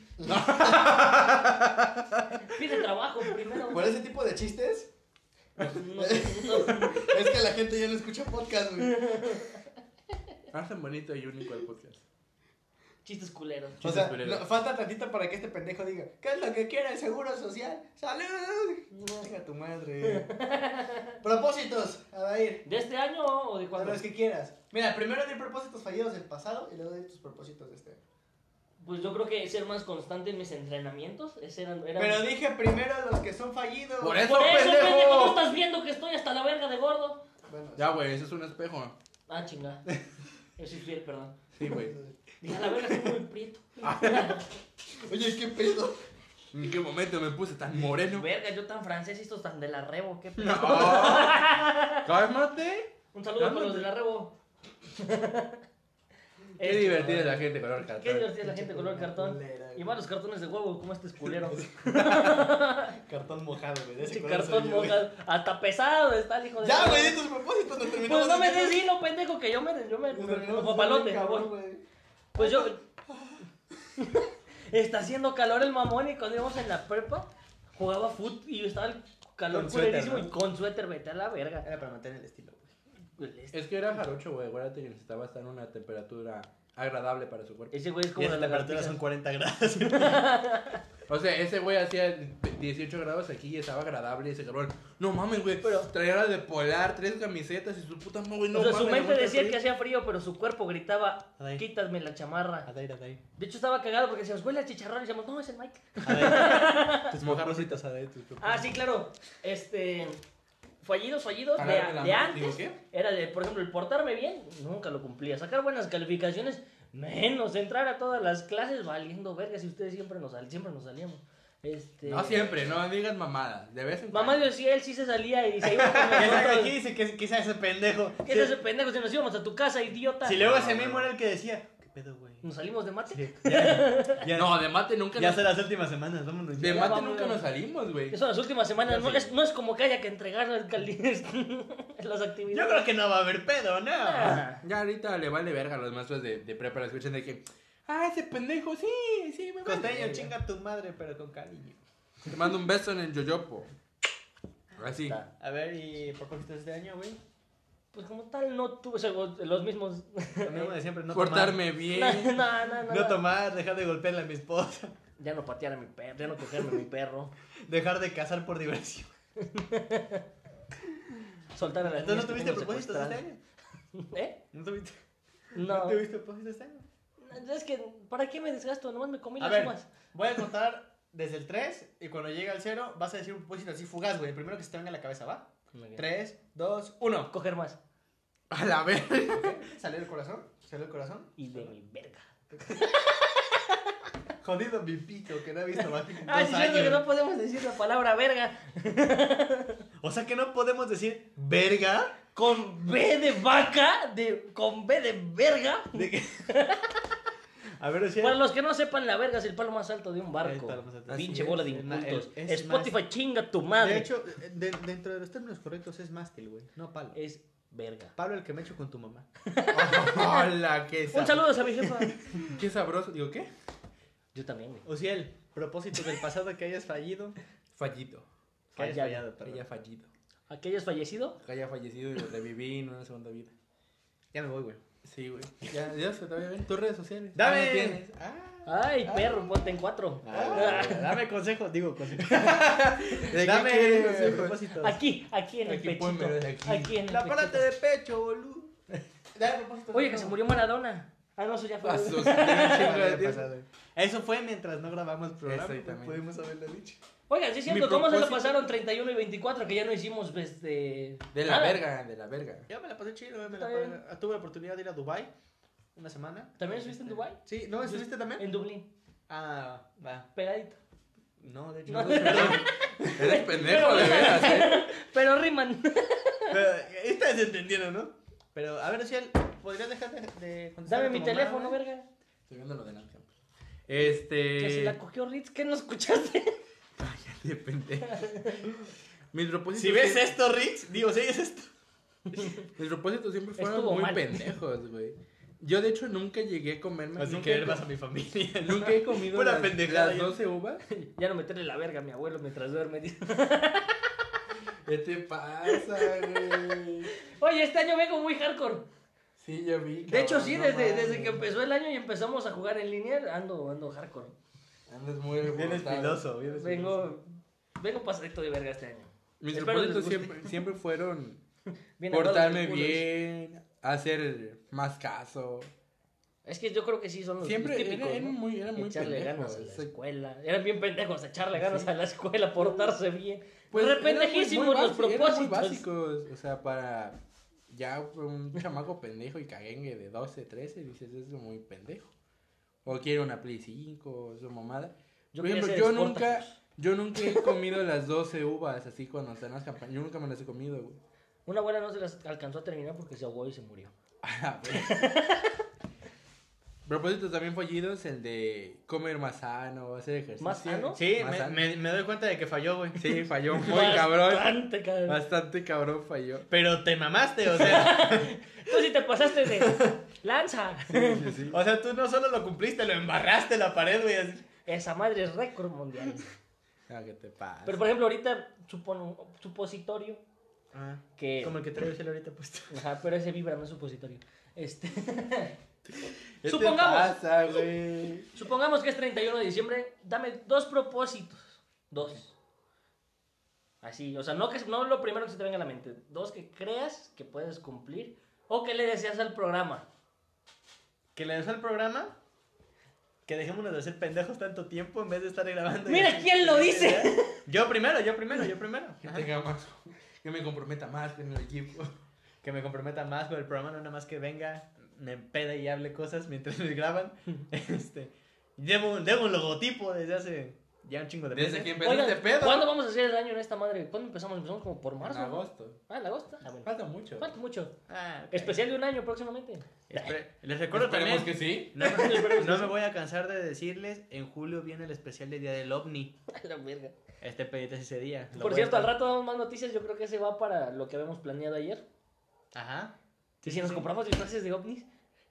Speaker 1: Pide trabajo primero.
Speaker 3: Por ese tipo de chistes,
Speaker 1: No sé, no-
Speaker 3: Es que la gente ya no escucha podcast, güey.
Speaker 2: Hacen bonito y único el podcast.
Speaker 1: Chistes culeros.
Speaker 3: O sea,
Speaker 2: Chistes culeros.
Speaker 3: no, falta tantito para que este pendejo diga, ¿qué es lo que quiere el seguro social? ¡Salud! Venga tu madre. propósitos, Adair.
Speaker 1: ¿De este año o de
Speaker 3: Cuando
Speaker 1: cuándo?
Speaker 3: los que quieras. Mira, primero di propósitos fallidos del pasado y luego di tus propósitos de este. año.
Speaker 1: Pues yo creo que ser más constante en mis entrenamientos. Ese era, era-
Speaker 3: Pero dije primero los que son fallidos.
Speaker 2: Por eso.
Speaker 1: Por eso,
Speaker 2: pendejo!
Speaker 1: pendejo, no estás viendo que estoy hasta la verga de gordo.
Speaker 3: Bueno,
Speaker 2: Ya, güey, eso es un espejo.
Speaker 1: Ah, chinga. Yo soy fiel, perdón.
Speaker 2: Sí, güey.
Speaker 1: Dije, a la verga soy muy prieto.
Speaker 3: Ah. Oye, qué pedo.
Speaker 2: ¿En qué momento me puse tan moreno?
Speaker 1: Verga, yo tan francés y estos tan de la rebo, qué pedo.
Speaker 2: ¡Oh! ¡Cálmate!
Speaker 1: Un saludo para
Speaker 2: Cálmate.
Speaker 1: los de la rebo.
Speaker 2: Qué
Speaker 1: Este,
Speaker 2: divertida es la gente color
Speaker 1: Qué
Speaker 2: cartón.
Speaker 1: divertida la gente color cartón. Y malos cartones de huevo, como este es culero.
Speaker 3: Cartón mojado, güey. de ese
Speaker 1: Este
Speaker 3: color soy
Speaker 1: cartón
Speaker 3: yo, güey.
Speaker 1: mojado. Hasta pesado está el hijo de.
Speaker 3: Ya, güey, de tus propósitos nos terminamos.
Speaker 1: Pues no me
Speaker 3: de-
Speaker 1: des hilo, pendejo, que yo me. Yo me.
Speaker 3: Nos
Speaker 1: me-
Speaker 3: terminamos
Speaker 1: como papalote.
Speaker 3: bien cabrón,
Speaker 1: voy.
Speaker 3: güey.
Speaker 1: Pues yo. Está haciendo calor el mamón y cuando íbamos en la prepa jugaba fut y estaba el calor
Speaker 3: Con suéter,
Speaker 1: culerísimo
Speaker 3: ¿no?
Speaker 1: y con suéter, vete a la verga.
Speaker 3: Era para mantener el estilo, güey.
Speaker 2: Es que era jarocho, güey. Acuérdate que necesitaba estar en una temperatura agradable para su cuerpo.
Speaker 1: Ese güey es
Speaker 3: Y
Speaker 1: como
Speaker 3: esa
Speaker 1: la
Speaker 3: temperatura
Speaker 1: lagartija.
Speaker 3: son 40 grados.
Speaker 2: O sea, ese güey hacía 18 grados aquí y estaba agradable ese cabrón. No mames, güey.
Speaker 1: Pero-
Speaker 2: Traía la de polar, tres camisetas y su puta madre, güey. No
Speaker 1: o sea,
Speaker 2: mames,
Speaker 1: su mente
Speaker 2: aguanta
Speaker 1: decía
Speaker 2: frío.
Speaker 1: que hacía frío, pero su cuerpo gritaba,
Speaker 3: Ay.
Speaker 1: quítame la chamarra.
Speaker 3: Adair, Adair.
Speaker 1: De hecho, estaba cagado porque decíamos, huele a chicharrón y decíamos, no, es el Mike.
Speaker 3: Adair. Tus mojarrositas, Adair. Tus
Speaker 1: Ah, sí, claro. Este. Fallidos, fallidos. De,
Speaker 2: Agarrarme la
Speaker 1: de
Speaker 2: mano, digo,
Speaker 1: antes.
Speaker 2: ¿qué?
Speaker 1: Era de, por ejemplo, el portarme bien. Nunca lo cumplía. Sacar buenas calificaciones. Menos. Entrar a todas las clases valiendo verga. Si ustedes siempre nos, sal- siempre nos salíamos. Este.
Speaker 2: No siempre, no digas mamadas. De vez en
Speaker 1: Mamá yo decía, él sí se salía y se iba con
Speaker 3: ¿Qué
Speaker 1: nosotros.
Speaker 3: dice? ¿Qué es ese pendejo?
Speaker 1: ¿Qué es ese pendejo? Si nos íbamos a tu casa, idiota.
Speaker 3: Si luego ese mismo era el que decía, ¿qué pedo, güey?
Speaker 1: Nos salimos de mate.
Speaker 3: Sí, Ya, ya,
Speaker 2: No, de mate nunca
Speaker 3: ya
Speaker 2: nos...
Speaker 3: son las últimas semanas, vámonos.
Speaker 2: De
Speaker 3: ya.
Speaker 1: ma-
Speaker 2: mate
Speaker 1: vamos,
Speaker 2: nunca
Speaker 1: ya.
Speaker 2: nos salimos, güey.
Speaker 1: Que son las últimas semanas.
Speaker 3: Ya
Speaker 1: No
Speaker 3: sí.
Speaker 1: es, no es como que haya que entregar las, cal- las actividades.
Speaker 3: Yo creo que no va a haber pedo, no.
Speaker 1: Ah.
Speaker 2: Ya ahorita le vale verga a los maestros de, de prepa. Lo escuchan de que... Ah, ese pendejo, sí, sí, me vale
Speaker 3: Costeño,
Speaker 2: verga".
Speaker 3: chinga tu madre, pero con cariño.
Speaker 2: Te mando un beso en el yoyopo. Así.
Speaker 1: Está.
Speaker 3: A ver, ¿y propósitos de este año, güey?
Speaker 1: Pues como tal, no tuve. o sea, los mismos.
Speaker 3: Lo mismo de siempre, no
Speaker 2: Portarme
Speaker 1: No, no, no,
Speaker 2: bien.
Speaker 3: tomar.
Speaker 1: no,
Speaker 3: No
Speaker 1: no.
Speaker 3: tomar, dejar de golpearle a mi esposa,
Speaker 1: Ya no patear a mi perro, ya no cogerme a mi perro.
Speaker 3: dejar de cazar por diversión.
Speaker 1: Soltar a las
Speaker 3: Entonces, ¿no
Speaker 1: niñas
Speaker 3: tuviste
Speaker 1: que
Speaker 3: propósitos
Speaker 1: tengo
Speaker 3: este año?
Speaker 1: secuestradas. ¿Eh?
Speaker 3: ¿No tuviste,
Speaker 1: No.
Speaker 3: tuviste propósitos este año?
Speaker 1: Es que, ¿para qué me desgasto? Nomás me comí
Speaker 3: A
Speaker 1: las
Speaker 3: ver,
Speaker 1: uvas.
Speaker 3: voy a contar desde el 3 y cuando llegue al 0 vas a decir un propósito así fugaz, güey. El primero que se te venga a la cabeza, ¿va? 3, 2, 1.
Speaker 1: Coger más.
Speaker 2: A la vez.
Speaker 3: Salió el corazón, salió el corazón.
Speaker 1: Y de mi verga.
Speaker 3: Jodido mi pito, que no he visto más de
Speaker 1: Ah,
Speaker 3: dos
Speaker 1: es cierto que no
Speaker 3: años.
Speaker 1: podemos decir la palabra verga.
Speaker 3: O sea que no podemos decir verga.
Speaker 1: Con B de vaca, de, con B de verga.
Speaker 3: De que... A ver, decía.
Speaker 1: Para los que no sepan, la verga es el palo más alto de un
Speaker 3: El
Speaker 1: barco.
Speaker 3: palo más alto.
Speaker 1: Pinche
Speaker 3: Así
Speaker 1: bola de
Speaker 3: es, na- el-
Speaker 1: incultos.
Speaker 3: es más-
Speaker 1: Spotify chinga tu
Speaker 3: de
Speaker 1: madre.
Speaker 3: hecho, de- dentro de los términos correctos es mástil, güey, no palo.
Speaker 1: es verga.
Speaker 3: Palo el que me echo con tu mamá.
Speaker 2: Hola, qué
Speaker 1: Un
Speaker 2: sab-
Speaker 1: saludo a mi jefa.
Speaker 2: Qué sabroso. Digo, ¿qué?
Speaker 1: Yo también, güey.
Speaker 3: O si el propósito del pasado que hayas fallido.
Speaker 2: Fallito.
Speaker 3: Que hayas
Speaker 1: Fallado.
Speaker 3: fallado, perdón.
Speaker 2: Ella fallido.
Speaker 1: ¿A qué hayas fallecido?
Speaker 2: Que haya fallecido y lo reviví en una segunda vida.
Speaker 3: Ya me voy, güey.
Speaker 2: Sí, güey. Ya, ya se te había bien. Tus redes sociales.
Speaker 3: Dame.
Speaker 2: Ah, no tienes.
Speaker 3: Ah.
Speaker 1: Ay, perro, ponte en cuatro.
Speaker 3: Ah, dame consejo, digo consejo.
Speaker 2: ¿De
Speaker 3: Dame
Speaker 2: qué quieres,
Speaker 3: eh,
Speaker 2: hijo?
Speaker 3: propósitos.
Speaker 1: Aquí, aquí en el
Speaker 2: Aquí,
Speaker 1: pechito.
Speaker 2: pónmelo de aquí.
Speaker 1: Aquí en el
Speaker 3: La parte
Speaker 1: pechito.
Speaker 3: de pecho, boludo. Dame propósitos.
Speaker 1: Oye, que se murió Maradona. Ah, no, eso ya fue.
Speaker 2: Ah, sus- tiene un chingo de-
Speaker 3: Eso fue mientras no grabamos programa.
Speaker 2: Eso y también.
Speaker 3: Pudimos haberlo dicho.
Speaker 1: Oigan, sí es cierto,
Speaker 2: Mi
Speaker 1: ¿cómo se lo
Speaker 2: propósito-
Speaker 1: pasaron 31 y 24 que ya no hicimos este...
Speaker 2: De la
Speaker 1: nada?
Speaker 2: verga, de la verga.
Speaker 3: Yo me la pasé chido, eh, me la
Speaker 1: Está bien.
Speaker 3: pasé- Tuve la oportunidad de ir a Dubai una semana. Este,
Speaker 1: ¿También estuviste en Dubai?
Speaker 3: Sí, ¿no? ¿Estuviste también?
Speaker 1: En Dublín,
Speaker 3: Ah, va.
Speaker 1: pegadito.
Speaker 3: No, de hecho.
Speaker 1: No.
Speaker 3: No, perdón.
Speaker 2: Eres pendejo, de
Speaker 1: Pero-
Speaker 2: veras, ¿eh?
Speaker 1: Pero riman.
Speaker 3: Pero, Esta desentendieron, ¿no? Pero, a ver, Ociel, ¿podrías dejar de, de contestar?
Speaker 1: Dame mi teléfono, verga.
Speaker 2: Estoy viendo lo de la cámara.
Speaker 1: Que se la
Speaker 2: Este.
Speaker 1: cogió Ritz, ¿qué no escuchaste?
Speaker 2: De pendejo. Mis propósitos.
Speaker 3: Si ves
Speaker 2: siempre-
Speaker 3: esto, Rix, digo, si oyes esto.
Speaker 2: Mis propósitos siempre fueron
Speaker 1: Estuvo
Speaker 2: muy
Speaker 1: mal.
Speaker 2: pendejos, güey. Yo, de hecho, nunca llegué a comerme.
Speaker 3: Así
Speaker 2: nunca
Speaker 3: que
Speaker 2: he
Speaker 3: vas
Speaker 2: com-
Speaker 3: a mi familia.
Speaker 2: Nunca he comido
Speaker 3: Pura
Speaker 2: las,
Speaker 3: pendejada,
Speaker 2: las
Speaker 3: yo-
Speaker 2: 12 uvas.
Speaker 1: ya no meterle la verga a mi abuelo mientras duerme. dice.
Speaker 2: ¿Qué te pasa, güey?
Speaker 1: Oye, este año vengo muy hardcore.
Speaker 2: Sí, yo vi.
Speaker 1: De hecho,
Speaker 2: cabrón,
Speaker 1: sí,
Speaker 2: no
Speaker 1: desde,
Speaker 2: mames.
Speaker 1: desde que empezó el año y empezamos a jugar en línea, ando, ando hardcore.
Speaker 2: Andas muy
Speaker 3: Vienes
Speaker 2: alborotado.
Speaker 3: filoso, vienes filoso.
Speaker 1: Vengo, vengo pasadito de verga este año.
Speaker 2: Mis
Speaker 1: Espero les
Speaker 2: propósitos
Speaker 1: guste.
Speaker 2: siempre, siempre fueron
Speaker 1: Bien
Speaker 2: portarme
Speaker 1: aguados los culos.
Speaker 2: bien, hacer más caso.
Speaker 1: Pues Es que yo creo que sí son los
Speaker 2: Siempre
Speaker 1: los
Speaker 2: era-
Speaker 1: típicos,
Speaker 2: eran
Speaker 1: ¿no?
Speaker 2: muy, eran muy
Speaker 1: Echarle ganas
Speaker 2: pendejos.
Speaker 1: a la
Speaker 2: Sí.
Speaker 1: escuela. Eran bien pendejos, echarle ganas a la escuela, portarse bien.
Speaker 2: Pues,
Speaker 1: Pues
Speaker 2: eran muy- muy
Speaker 1: los
Speaker 2: basi- eran muy
Speaker 1: propósitos.
Speaker 2: básicos, o sea, para ya un chamaco pendejo y caguengue de 12, 13, dices, es muy pendejo. O quiere una Play 5, su mamada.
Speaker 1: Yo
Speaker 2: Por
Speaker 1: quería
Speaker 2: ejemplo,
Speaker 1: ser
Speaker 2: yo nunca,
Speaker 1: Sportacus.
Speaker 2: yo nunca he comido las 12 uvas así cuando están las campañas. Yo nunca me las he comido, güey.
Speaker 1: Una abuela no se las alcanzó a terminar porque se ahogó y se murió.
Speaker 2: A la vez. Ah, Propósitos también fallidos, el de comer más sano, hacer ejercicio.
Speaker 1: ¿Más sano?
Speaker 3: Sí,
Speaker 2: Más
Speaker 3: me,
Speaker 2: sano.
Speaker 3: me- me doy cuenta de que falló, güey.
Speaker 2: Sí, falló muy cabrón.
Speaker 1: Bastante, cabrón.
Speaker 2: Bastante cabrón falló.
Speaker 3: Pero te mamaste, o sea.
Speaker 1: Tú sí te pasaste de lanza.
Speaker 2: Sí, sí, sí.
Speaker 3: o sea, tú no solo lo cumpliste, lo embarraste la pared, güey. así.
Speaker 1: Esa madre es récord mundial.
Speaker 2: Ah, que te pasa.
Speaker 1: Pero por ejemplo, ahorita supon, supositorio que
Speaker 3: Ah, Como el que traigo el ahorita puesto.
Speaker 1: Ajá, pero ese vibra no es supositorio. Este
Speaker 2: ¿Qué te
Speaker 1: Supongamos.
Speaker 2: pasa, güey?
Speaker 1: Supongamos que es 31 de diciembre, dame dos propósitos. Dos. Así, o sea, no, que, no lo primero que se te venga a la mente. Dos que creas que puedes cumplir o que le deseas al programa.
Speaker 3: Que le des al programa. Que dejémonos de hacer pendejos tanto tiempo en vez de estar grabando. y
Speaker 1: Mira
Speaker 3: así.
Speaker 1: quién lo dice.
Speaker 3: Yo primero, yo primero, yo primero.
Speaker 2: Que
Speaker 3: Ajá.
Speaker 2: tenga más. Que me comprometa más con el equipo.
Speaker 3: Que me comprometa más con el programa, no nada más que venga, me empede y hable cosas mientras me graban. este, llevo, un- llevo un logotipo desde hace ya un chingo de
Speaker 2: Desde
Speaker 3: meses.
Speaker 2: que empezó
Speaker 1: Oigan,
Speaker 2: este pedo.
Speaker 1: ¿Cuándo vamos a hacer el año en esta madre? ¿Cuándo empezamos? Empezamos como por marzo.
Speaker 2: En
Speaker 1: ¿no?
Speaker 2: agosto.
Speaker 1: Ah, en agosto. Ah, bueno.
Speaker 2: Falta mucho.
Speaker 1: Falta mucho.
Speaker 3: Ah, ok.
Speaker 1: Especial de un año próximamente.
Speaker 3: Espe- Les recuerdo
Speaker 2: Esperemos
Speaker 3: también.
Speaker 2: que sí.
Speaker 3: No, me- no me voy a cansar de decirles, en julio viene el especial de Día del OVNI.
Speaker 1: A la verga.
Speaker 3: Este pedite ese día. Lo
Speaker 1: Por
Speaker 3: voy a
Speaker 1: cierto, al
Speaker 3: estar-
Speaker 1: rato damos más noticias. Yo creo que ese va para lo que habíamos planeado ayer.
Speaker 3: Ajá.
Speaker 1: ¿Y si nos compramos disfraces de ovnis?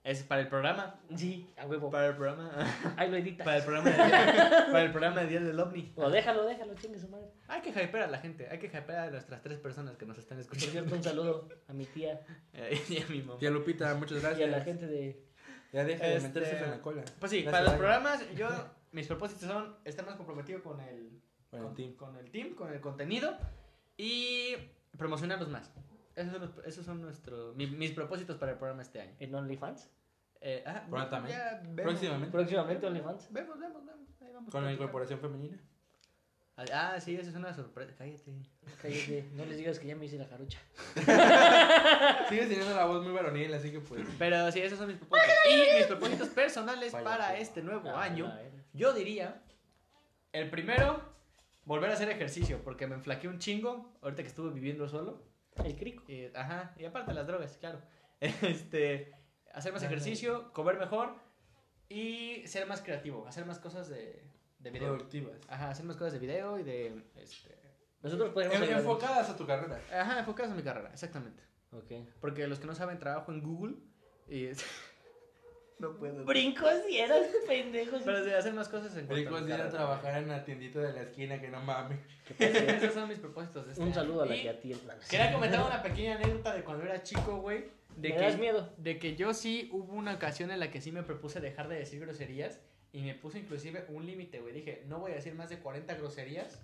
Speaker 3: Es para el programa.
Speaker 1: Sí, a huevo.
Speaker 3: Para el programa.
Speaker 1: Ahí lo editas.
Speaker 3: Para el programa de día, para el programa de día del ovni.
Speaker 1: O déjalo, déjalo, chingue su madre.
Speaker 3: Hay que hypear a la gente, hay que hypear a nuestras tres personas que nos están
Speaker 1: Por
Speaker 3: escuchando.
Speaker 1: cierto, un saludo a mi tía
Speaker 3: Eh, y a mi mamá.
Speaker 2: Tía Lupita, muchas gracias.
Speaker 1: y a la gente de.
Speaker 2: Ya deja de
Speaker 3: Este,
Speaker 2: meterse en la cola.
Speaker 3: Pues sí,
Speaker 2: Ya se
Speaker 3: para los
Speaker 2: baña.
Speaker 3: programas, yo, mis propósitos son estar más comprometido con el,
Speaker 2: Con el team.
Speaker 3: con el team, con el contenido y promocionarlos más. Esos son, los- esos son nuestro- mi- mis propósitos para el programa este año.
Speaker 1: En OnlyFans.
Speaker 3: Eh, ah,
Speaker 2: Prontamente.
Speaker 3: ya vemos.
Speaker 2: Próximamente.
Speaker 1: Próximamente OnlyFans.
Speaker 3: Vemos, vemos, vemos. ahí vamos
Speaker 2: Con la
Speaker 3: platicando.
Speaker 2: incorporación femenina.
Speaker 3: Ah, sí, esa es una sorpresa. Cállate.
Speaker 1: Cállate, no les digas que ya me hice la jarocha.
Speaker 2: Sigue teniendo la voz muy varonil, así que pues.
Speaker 3: Pero sí, esos son mis propósitos. Y mis propósitos personales
Speaker 2: Vaya,
Speaker 3: para
Speaker 2: sí.
Speaker 3: este nuevo
Speaker 1: Ah,
Speaker 3: año.
Speaker 1: la verga.
Speaker 3: Yo diría, el primero, volver a hacer ejercicio, porque me enflaqué un chingo ahorita que estuve viviendo solo.
Speaker 1: El crico.
Speaker 3: Y, ajá, y aparte las drogas, claro. Este, hacer más
Speaker 2: Claro.
Speaker 3: ejercicio, comer mejor y ser más creativo, hacer más cosas de, de video.
Speaker 2: Productivas.
Speaker 3: Ajá, hacer más cosas de video y de... Este,
Speaker 1: Nosotros podemos.
Speaker 2: En-
Speaker 1: ayudar.
Speaker 2: Enfocadas a tu carrera.
Speaker 3: ajá, enfocados en mi carrera, exactamente.
Speaker 1: Ok.
Speaker 3: Porque los que no saben, trabajo en Google y... es- no puedo.
Speaker 1: Brincos y eras pendejos.
Speaker 3: Pero sí, hacer más cosas en cuanto a mi
Speaker 2: Ricos de ir a
Speaker 3: carrera.
Speaker 2: trabajar en la tiendita de la esquina, que no mames.
Speaker 3: Esos son mis propósitos de este
Speaker 1: Un saludo a la
Speaker 3: año. Y-
Speaker 1: tía tía.
Speaker 3: Quería comentar una pequeña anécdota de cuando era chico, güey. De
Speaker 1: ¿Me
Speaker 3: que,
Speaker 1: das miedo?
Speaker 3: de que yo sí hubo una ocasión en la que sí me propuse dejar de decir groserías y me puse inclusive un límite, güey. Dije, no voy a decir más de 40 groserías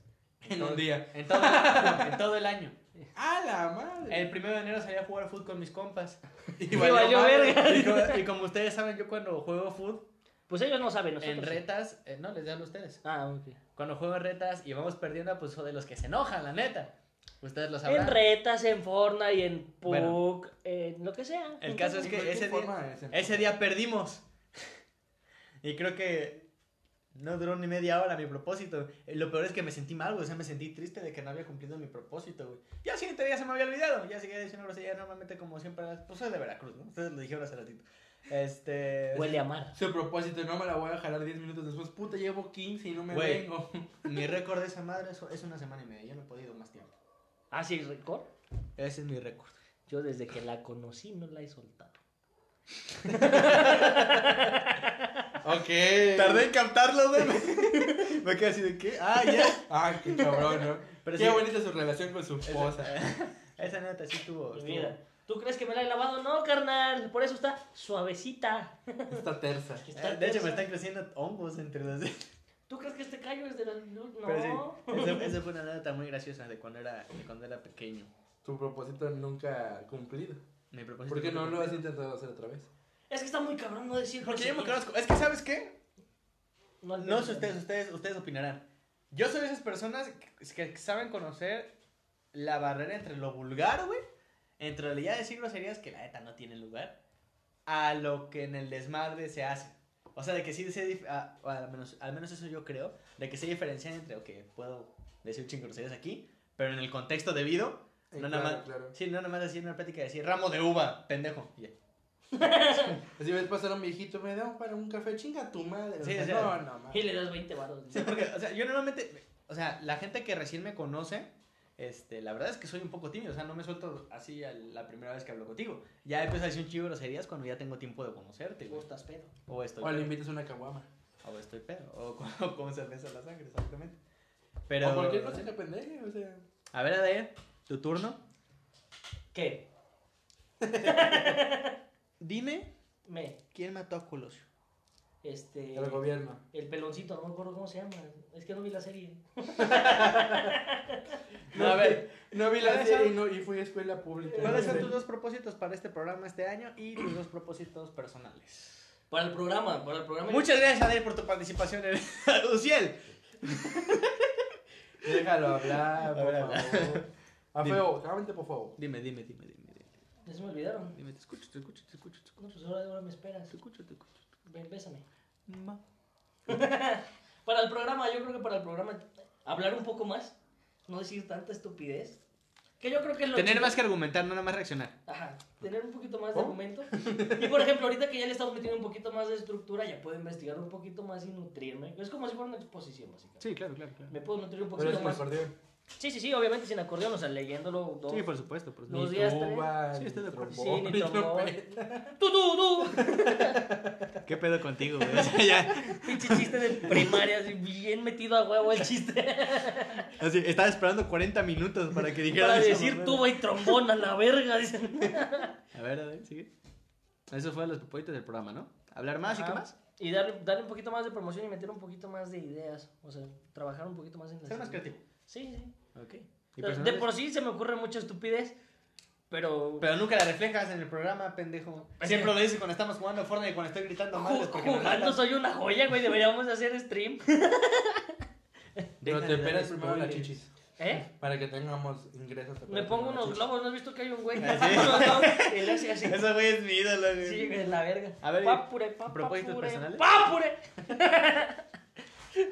Speaker 2: En un día.
Speaker 3: en todo, en todo el año.
Speaker 2: ¡A la madre!
Speaker 3: El primero de enero salí a jugar fútbol con mis compas.
Speaker 2: Y
Speaker 1: valió
Speaker 2: valió madre.
Speaker 1: verga.
Speaker 3: Y como, y como ustedes saben, yo cuando juego fútbol
Speaker 1: Pues ellos no saben, nosotros.
Speaker 3: en
Speaker 1: sí.
Speaker 3: retas, eh, no, les dan a ustedes.
Speaker 1: Ah, ok.
Speaker 3: Cuando juego en retas y vamos perdiendo, pues soy de los que se enojan, la neta. Ustedes lo sabrán.
Speaker 1: En retas, en Fortnite, y en Puck,
Speaker 3: Bueno.
Speaker 1: en lo que sea.
Speaker 3: El caso es
Speaker 2: ¿De
Speaker 3: que
Speaker 2: qué
Speaker 3: ese
Speaker 2: forma
Speaker 3: día,
Speaker 2: es el-
Speaker 3: ese día perdimos. Y creo que no duró ni media hora mi propósito. Eh, Lo peor es que me sentí mal, güey. O sea, me sentí triste de que no había cumplido mi propósito, güey. Ya al siguiente día se me había olvidado. Ya seguía diciendo grosería normalmente como siempre. Pues soy de Veracruz, ¿no? Ustedes lo dijeron hace ratito. Este...
Speaker 1: Huele a mar.
Speaker 2: Su propósito, no me la voy a jalar 10 minutos después. Puta, llevo 15 y no me
Speaker 3: Güey.
Speaker 2: vengo.
Speaker 3: Mi récord de esa madre es, es una semana y media. Yo no he podido más tiempo.
Speaker 1: Ah, sí, récord.
Speaker 3: Ese es mi récord.
Speaker 1: Yo desde que la conocí no la he soltado.
Speaker 2: Ok.
Speaker 3: Tardé en captarlo, güey. me quedé así de qué. Ah, ya.
Speaker 2: Ah, qué cabrón, ¿no?
Speaker 3: Pero
Speaker 2: qué
Speaker 3: sí.
Speaker 2: bonita su relación con su esposa.
Speaker 3: Esa, esa neta sí estuvo. estuvo-
Speaker 1: Mira, ¿tú crees que me la he lavado? No, carnal. Por eso está suavecita.
Speaker 2: Está tersa.
Speaker 1: Está
Speaker 3: Eh, De hecho,
Speaker 1: tersa.
Speaker 3: me están creciendo hongos entre los dedos.
Speaker 1: ¿Tú crees que este callo es de las... No.
Speaker 3: Pero sí, esa, esa fue una anécdota muy graciosa de cuando era, de cuando era pequeño.
Speaker 2: Tu propósito nunca cumplido.
Speaker 3: Mi propósito
Speaker 2: ¿Por qué no
Speaker 3: fue-
Speaker 2: lo has intentado hacer otra vez?
Speaker 1: Es que está muy cabrón no decir...
Speaker 3: Porque yo me
Speaker 1: groserías.
Speaker 3: conozco. Es que, ¿sabes qué?
Speaker 1: No,
Speaker 3: No sé ustedes, ustedes, ustedes opinarán. Yo soy de esas personas que, que saben conocer la barrera entre lo vulgar, güey, entre el ya decir groserías que la neta no tiene lugar, a lo que en el desmadre se hace. O sea, de que sí se. dif- a- o al, menos, al menos eso yo creo, de que se diferencian entre, ok, puedo decir un chingo de groserías aquí, pero en el contexto debido,
Speaker 2: Eh,
Speaker 3: no,
Speaker 2: claro,
Speaker 3: nada más,
Speaker 2: claro.
Speaker 3: Sí, no nada más decir una plática y decir ramo de uva, pendejo. y ya.
Speaker 2: Así ves pasar a un viejito, me da para un café, chinga tu madre.
Speaker 3: Sí,
Speaker 2: O sea,
Speaker 3: o
Speaker 2: no,
Speaker 3: sea,
Speaker 2: no, ma.
Speaker 1: Y le das 20 varos.
Speaker 3: Sí, porque, o sea, yo normalmente, o sea, la gente que recién me conoce, este, la verdad es que soy un poco tímido, o sea, no me suelto así a la primera vez que hablo contigo. Ya empiezo a decir un chivo de groserías cuando ya tengo tiempo de conocerte,
Speaker 1: O
Speaker 3: güey.
Speaker 1: estás pedo.
Speaker 3: O estoy
Speaker 2: O le
Speaker 3: pedo,
Speaker 2: invitas una caguama.
Speaker 3: o estoy pedo, o con, o con cerveza en la sangre, exactamente. Pero,
Speaker 2: O cualquier cosa que pendeje, o sea.
Speaker 3: a ver, Adair, tu turno.
Speaker 1: ¿Qué?
Speaker 3: Dime,
Speaker 1: Me.
Speaker 3: ¿quién mató a Colosio?
Speaker 1: Este.
Speaker 2: El gobierno.
Speaker 1: El peloncito, no me acuerdo cómo se llama. Es que no vi la serie.
Speaker 3: No, a ver,
Speaker 2: No vi la
Speaker 3: ¿Cuáles
Speaker 2: serie y,
Speaker 3: son-
Speaker 2: no, y fui a escuela pública.
Speaker 3: ¿cuáles son
Speaker 2: Sí.
Speaker 3: tus dos propósitos para este programa este año y tus dos propósitos personales?
Speaker 1: Para el programa, para el programa.
Speaker 3: Muchas gracias, Adair, por tu participación en Uciel.
Speaker 2: Déjalo hablar, por
Speaker 3: Habla, habla.
Speaker 2: favor. Ah,
Speaker 3: Dime.
Speaker 2: feo, cálmate, por favor.
Speaker 3: Dime, dime, dime, dime, dime.
Speaker 1: Ya se me olvidaron.
Speaker 3: Dime, te escucho, te escucho, te escucho, te escucho,
Speaker 1: No, pues ahora, ahora me esperas.
Speaker 3: te escucho, te escucho.
Speaker 1: Ven, bésame.
Speaker 3: Ma.
Speaker 1: Para el programa, yo creo que para el programa hablar un poco más, no decir tanta estupidez. Que yo creo que es lo
Speaker 3: Tener
Speaker 1: chido.
Speaker 3: más que argumentar, no nada más reaccionar.
Speaker 1: Ajá, tener un poquito más de
Speaker 2: ¿Oh?
Speaker 1: argumento. Y por ejemplo, ahorita que ya le estamos metiendo un poquito más de estructura, ya puedo investigar un poquito más y nutrirme. Es como si fuera una exposición, básicamente.
Speaker 3: Sí, claro, claro, claro.
Speaker 1: Me puedo nutrir un
Speaker 2: Pero
Speaker 1: poquito
Speaker 2: es un
Speaker 1: más.
Speaker 2: acordeón.
Speaker 1: Sí, sí, sí, obviamente sin acordeón, o sea, leyéndolo dos.
Speaker 3: Sí, pues. por supuesto, por
Speaker 1: Los
Speaker 3: supuesto.
Speaker 2: Ni
Speaker 1: días
Speaker 2: tuba,
Speaker 3: tres. Sí,
Speaker 2: ni
Speaker 3: estoy de acuerdo.
Speaker 1: Sí,
Speaker 2: trombón,
Speaker 1: ni
Speaker 2: ni
Speaker 1: trombón.
Speaker 2: trompeta.
Speaker 1: ¡Tú, tú, tú!
Speaker 3: ¿Qué pedo contigo, güey? O sea, ya,
Speaker 1: Pinche chiste de primaria, así, bien metido a huevo el chiste.
Speaker 3: así, estaba esperando 40 minutos para que dijeras
Speaker 1: Para
Speaker 3: esa
Speaker 1: decir
Speaker 3: mamada.
Speaker 1: tuba y trombón a la verga, dicen.
Speaker 3: A ver, a ver, sigue. Esos fueron los propósitos del programa, ¿no? Hablar más y
Speaker 1: Ajá.
Speaker 3: qué más.
Speaker 1: Y darle, darle un poquito más de promoción y meter un poquito más de ideas. O sea, trabajar un poquito más en las ideas. Sí, sí.
Speaker 3: Ok.
Speaker 1: O sea, de por sí se me ocurre mucha estupidez, pero.
Speaker 3: Pero nunca la reflejas en el programa, pendejo. Siempre lo dices cuando estamos jugando Fortnite y cuando estoy gritando mal.
Speaker 1: ju- jugando soy una joya, güey. Deberíamos de hacer stream.
Speaker 2: Pero te esperas
Speaker 3: esperas
Speaker 2: primero las chichis.
Speaker 1: ¿Eh?
Speaker 2: Para que tengamos ingresos. te
Speaker 1: Me
Speaker 2: esperas
Speaker 1: pongo
Speaker 2: primero
Speaker 1: unos
Speaker 2: las chichis.
Speaker 1: globos. ¿No has visto que hay un güey? que
Speaker 3: Ah,
Speaker 1: hace
Speaker 3: sí.
Speaker 1: unos globos? Y le hace así.
Speaker 3: Ese güey es mi ídolo, güey.
Speaker 1: Sí, güey, la verga.
Speaker 3: A ver,
Speaker 1: papure, papure.
Speaker 3: ¿propósitos personales?
Speaker 1: ¡Papure!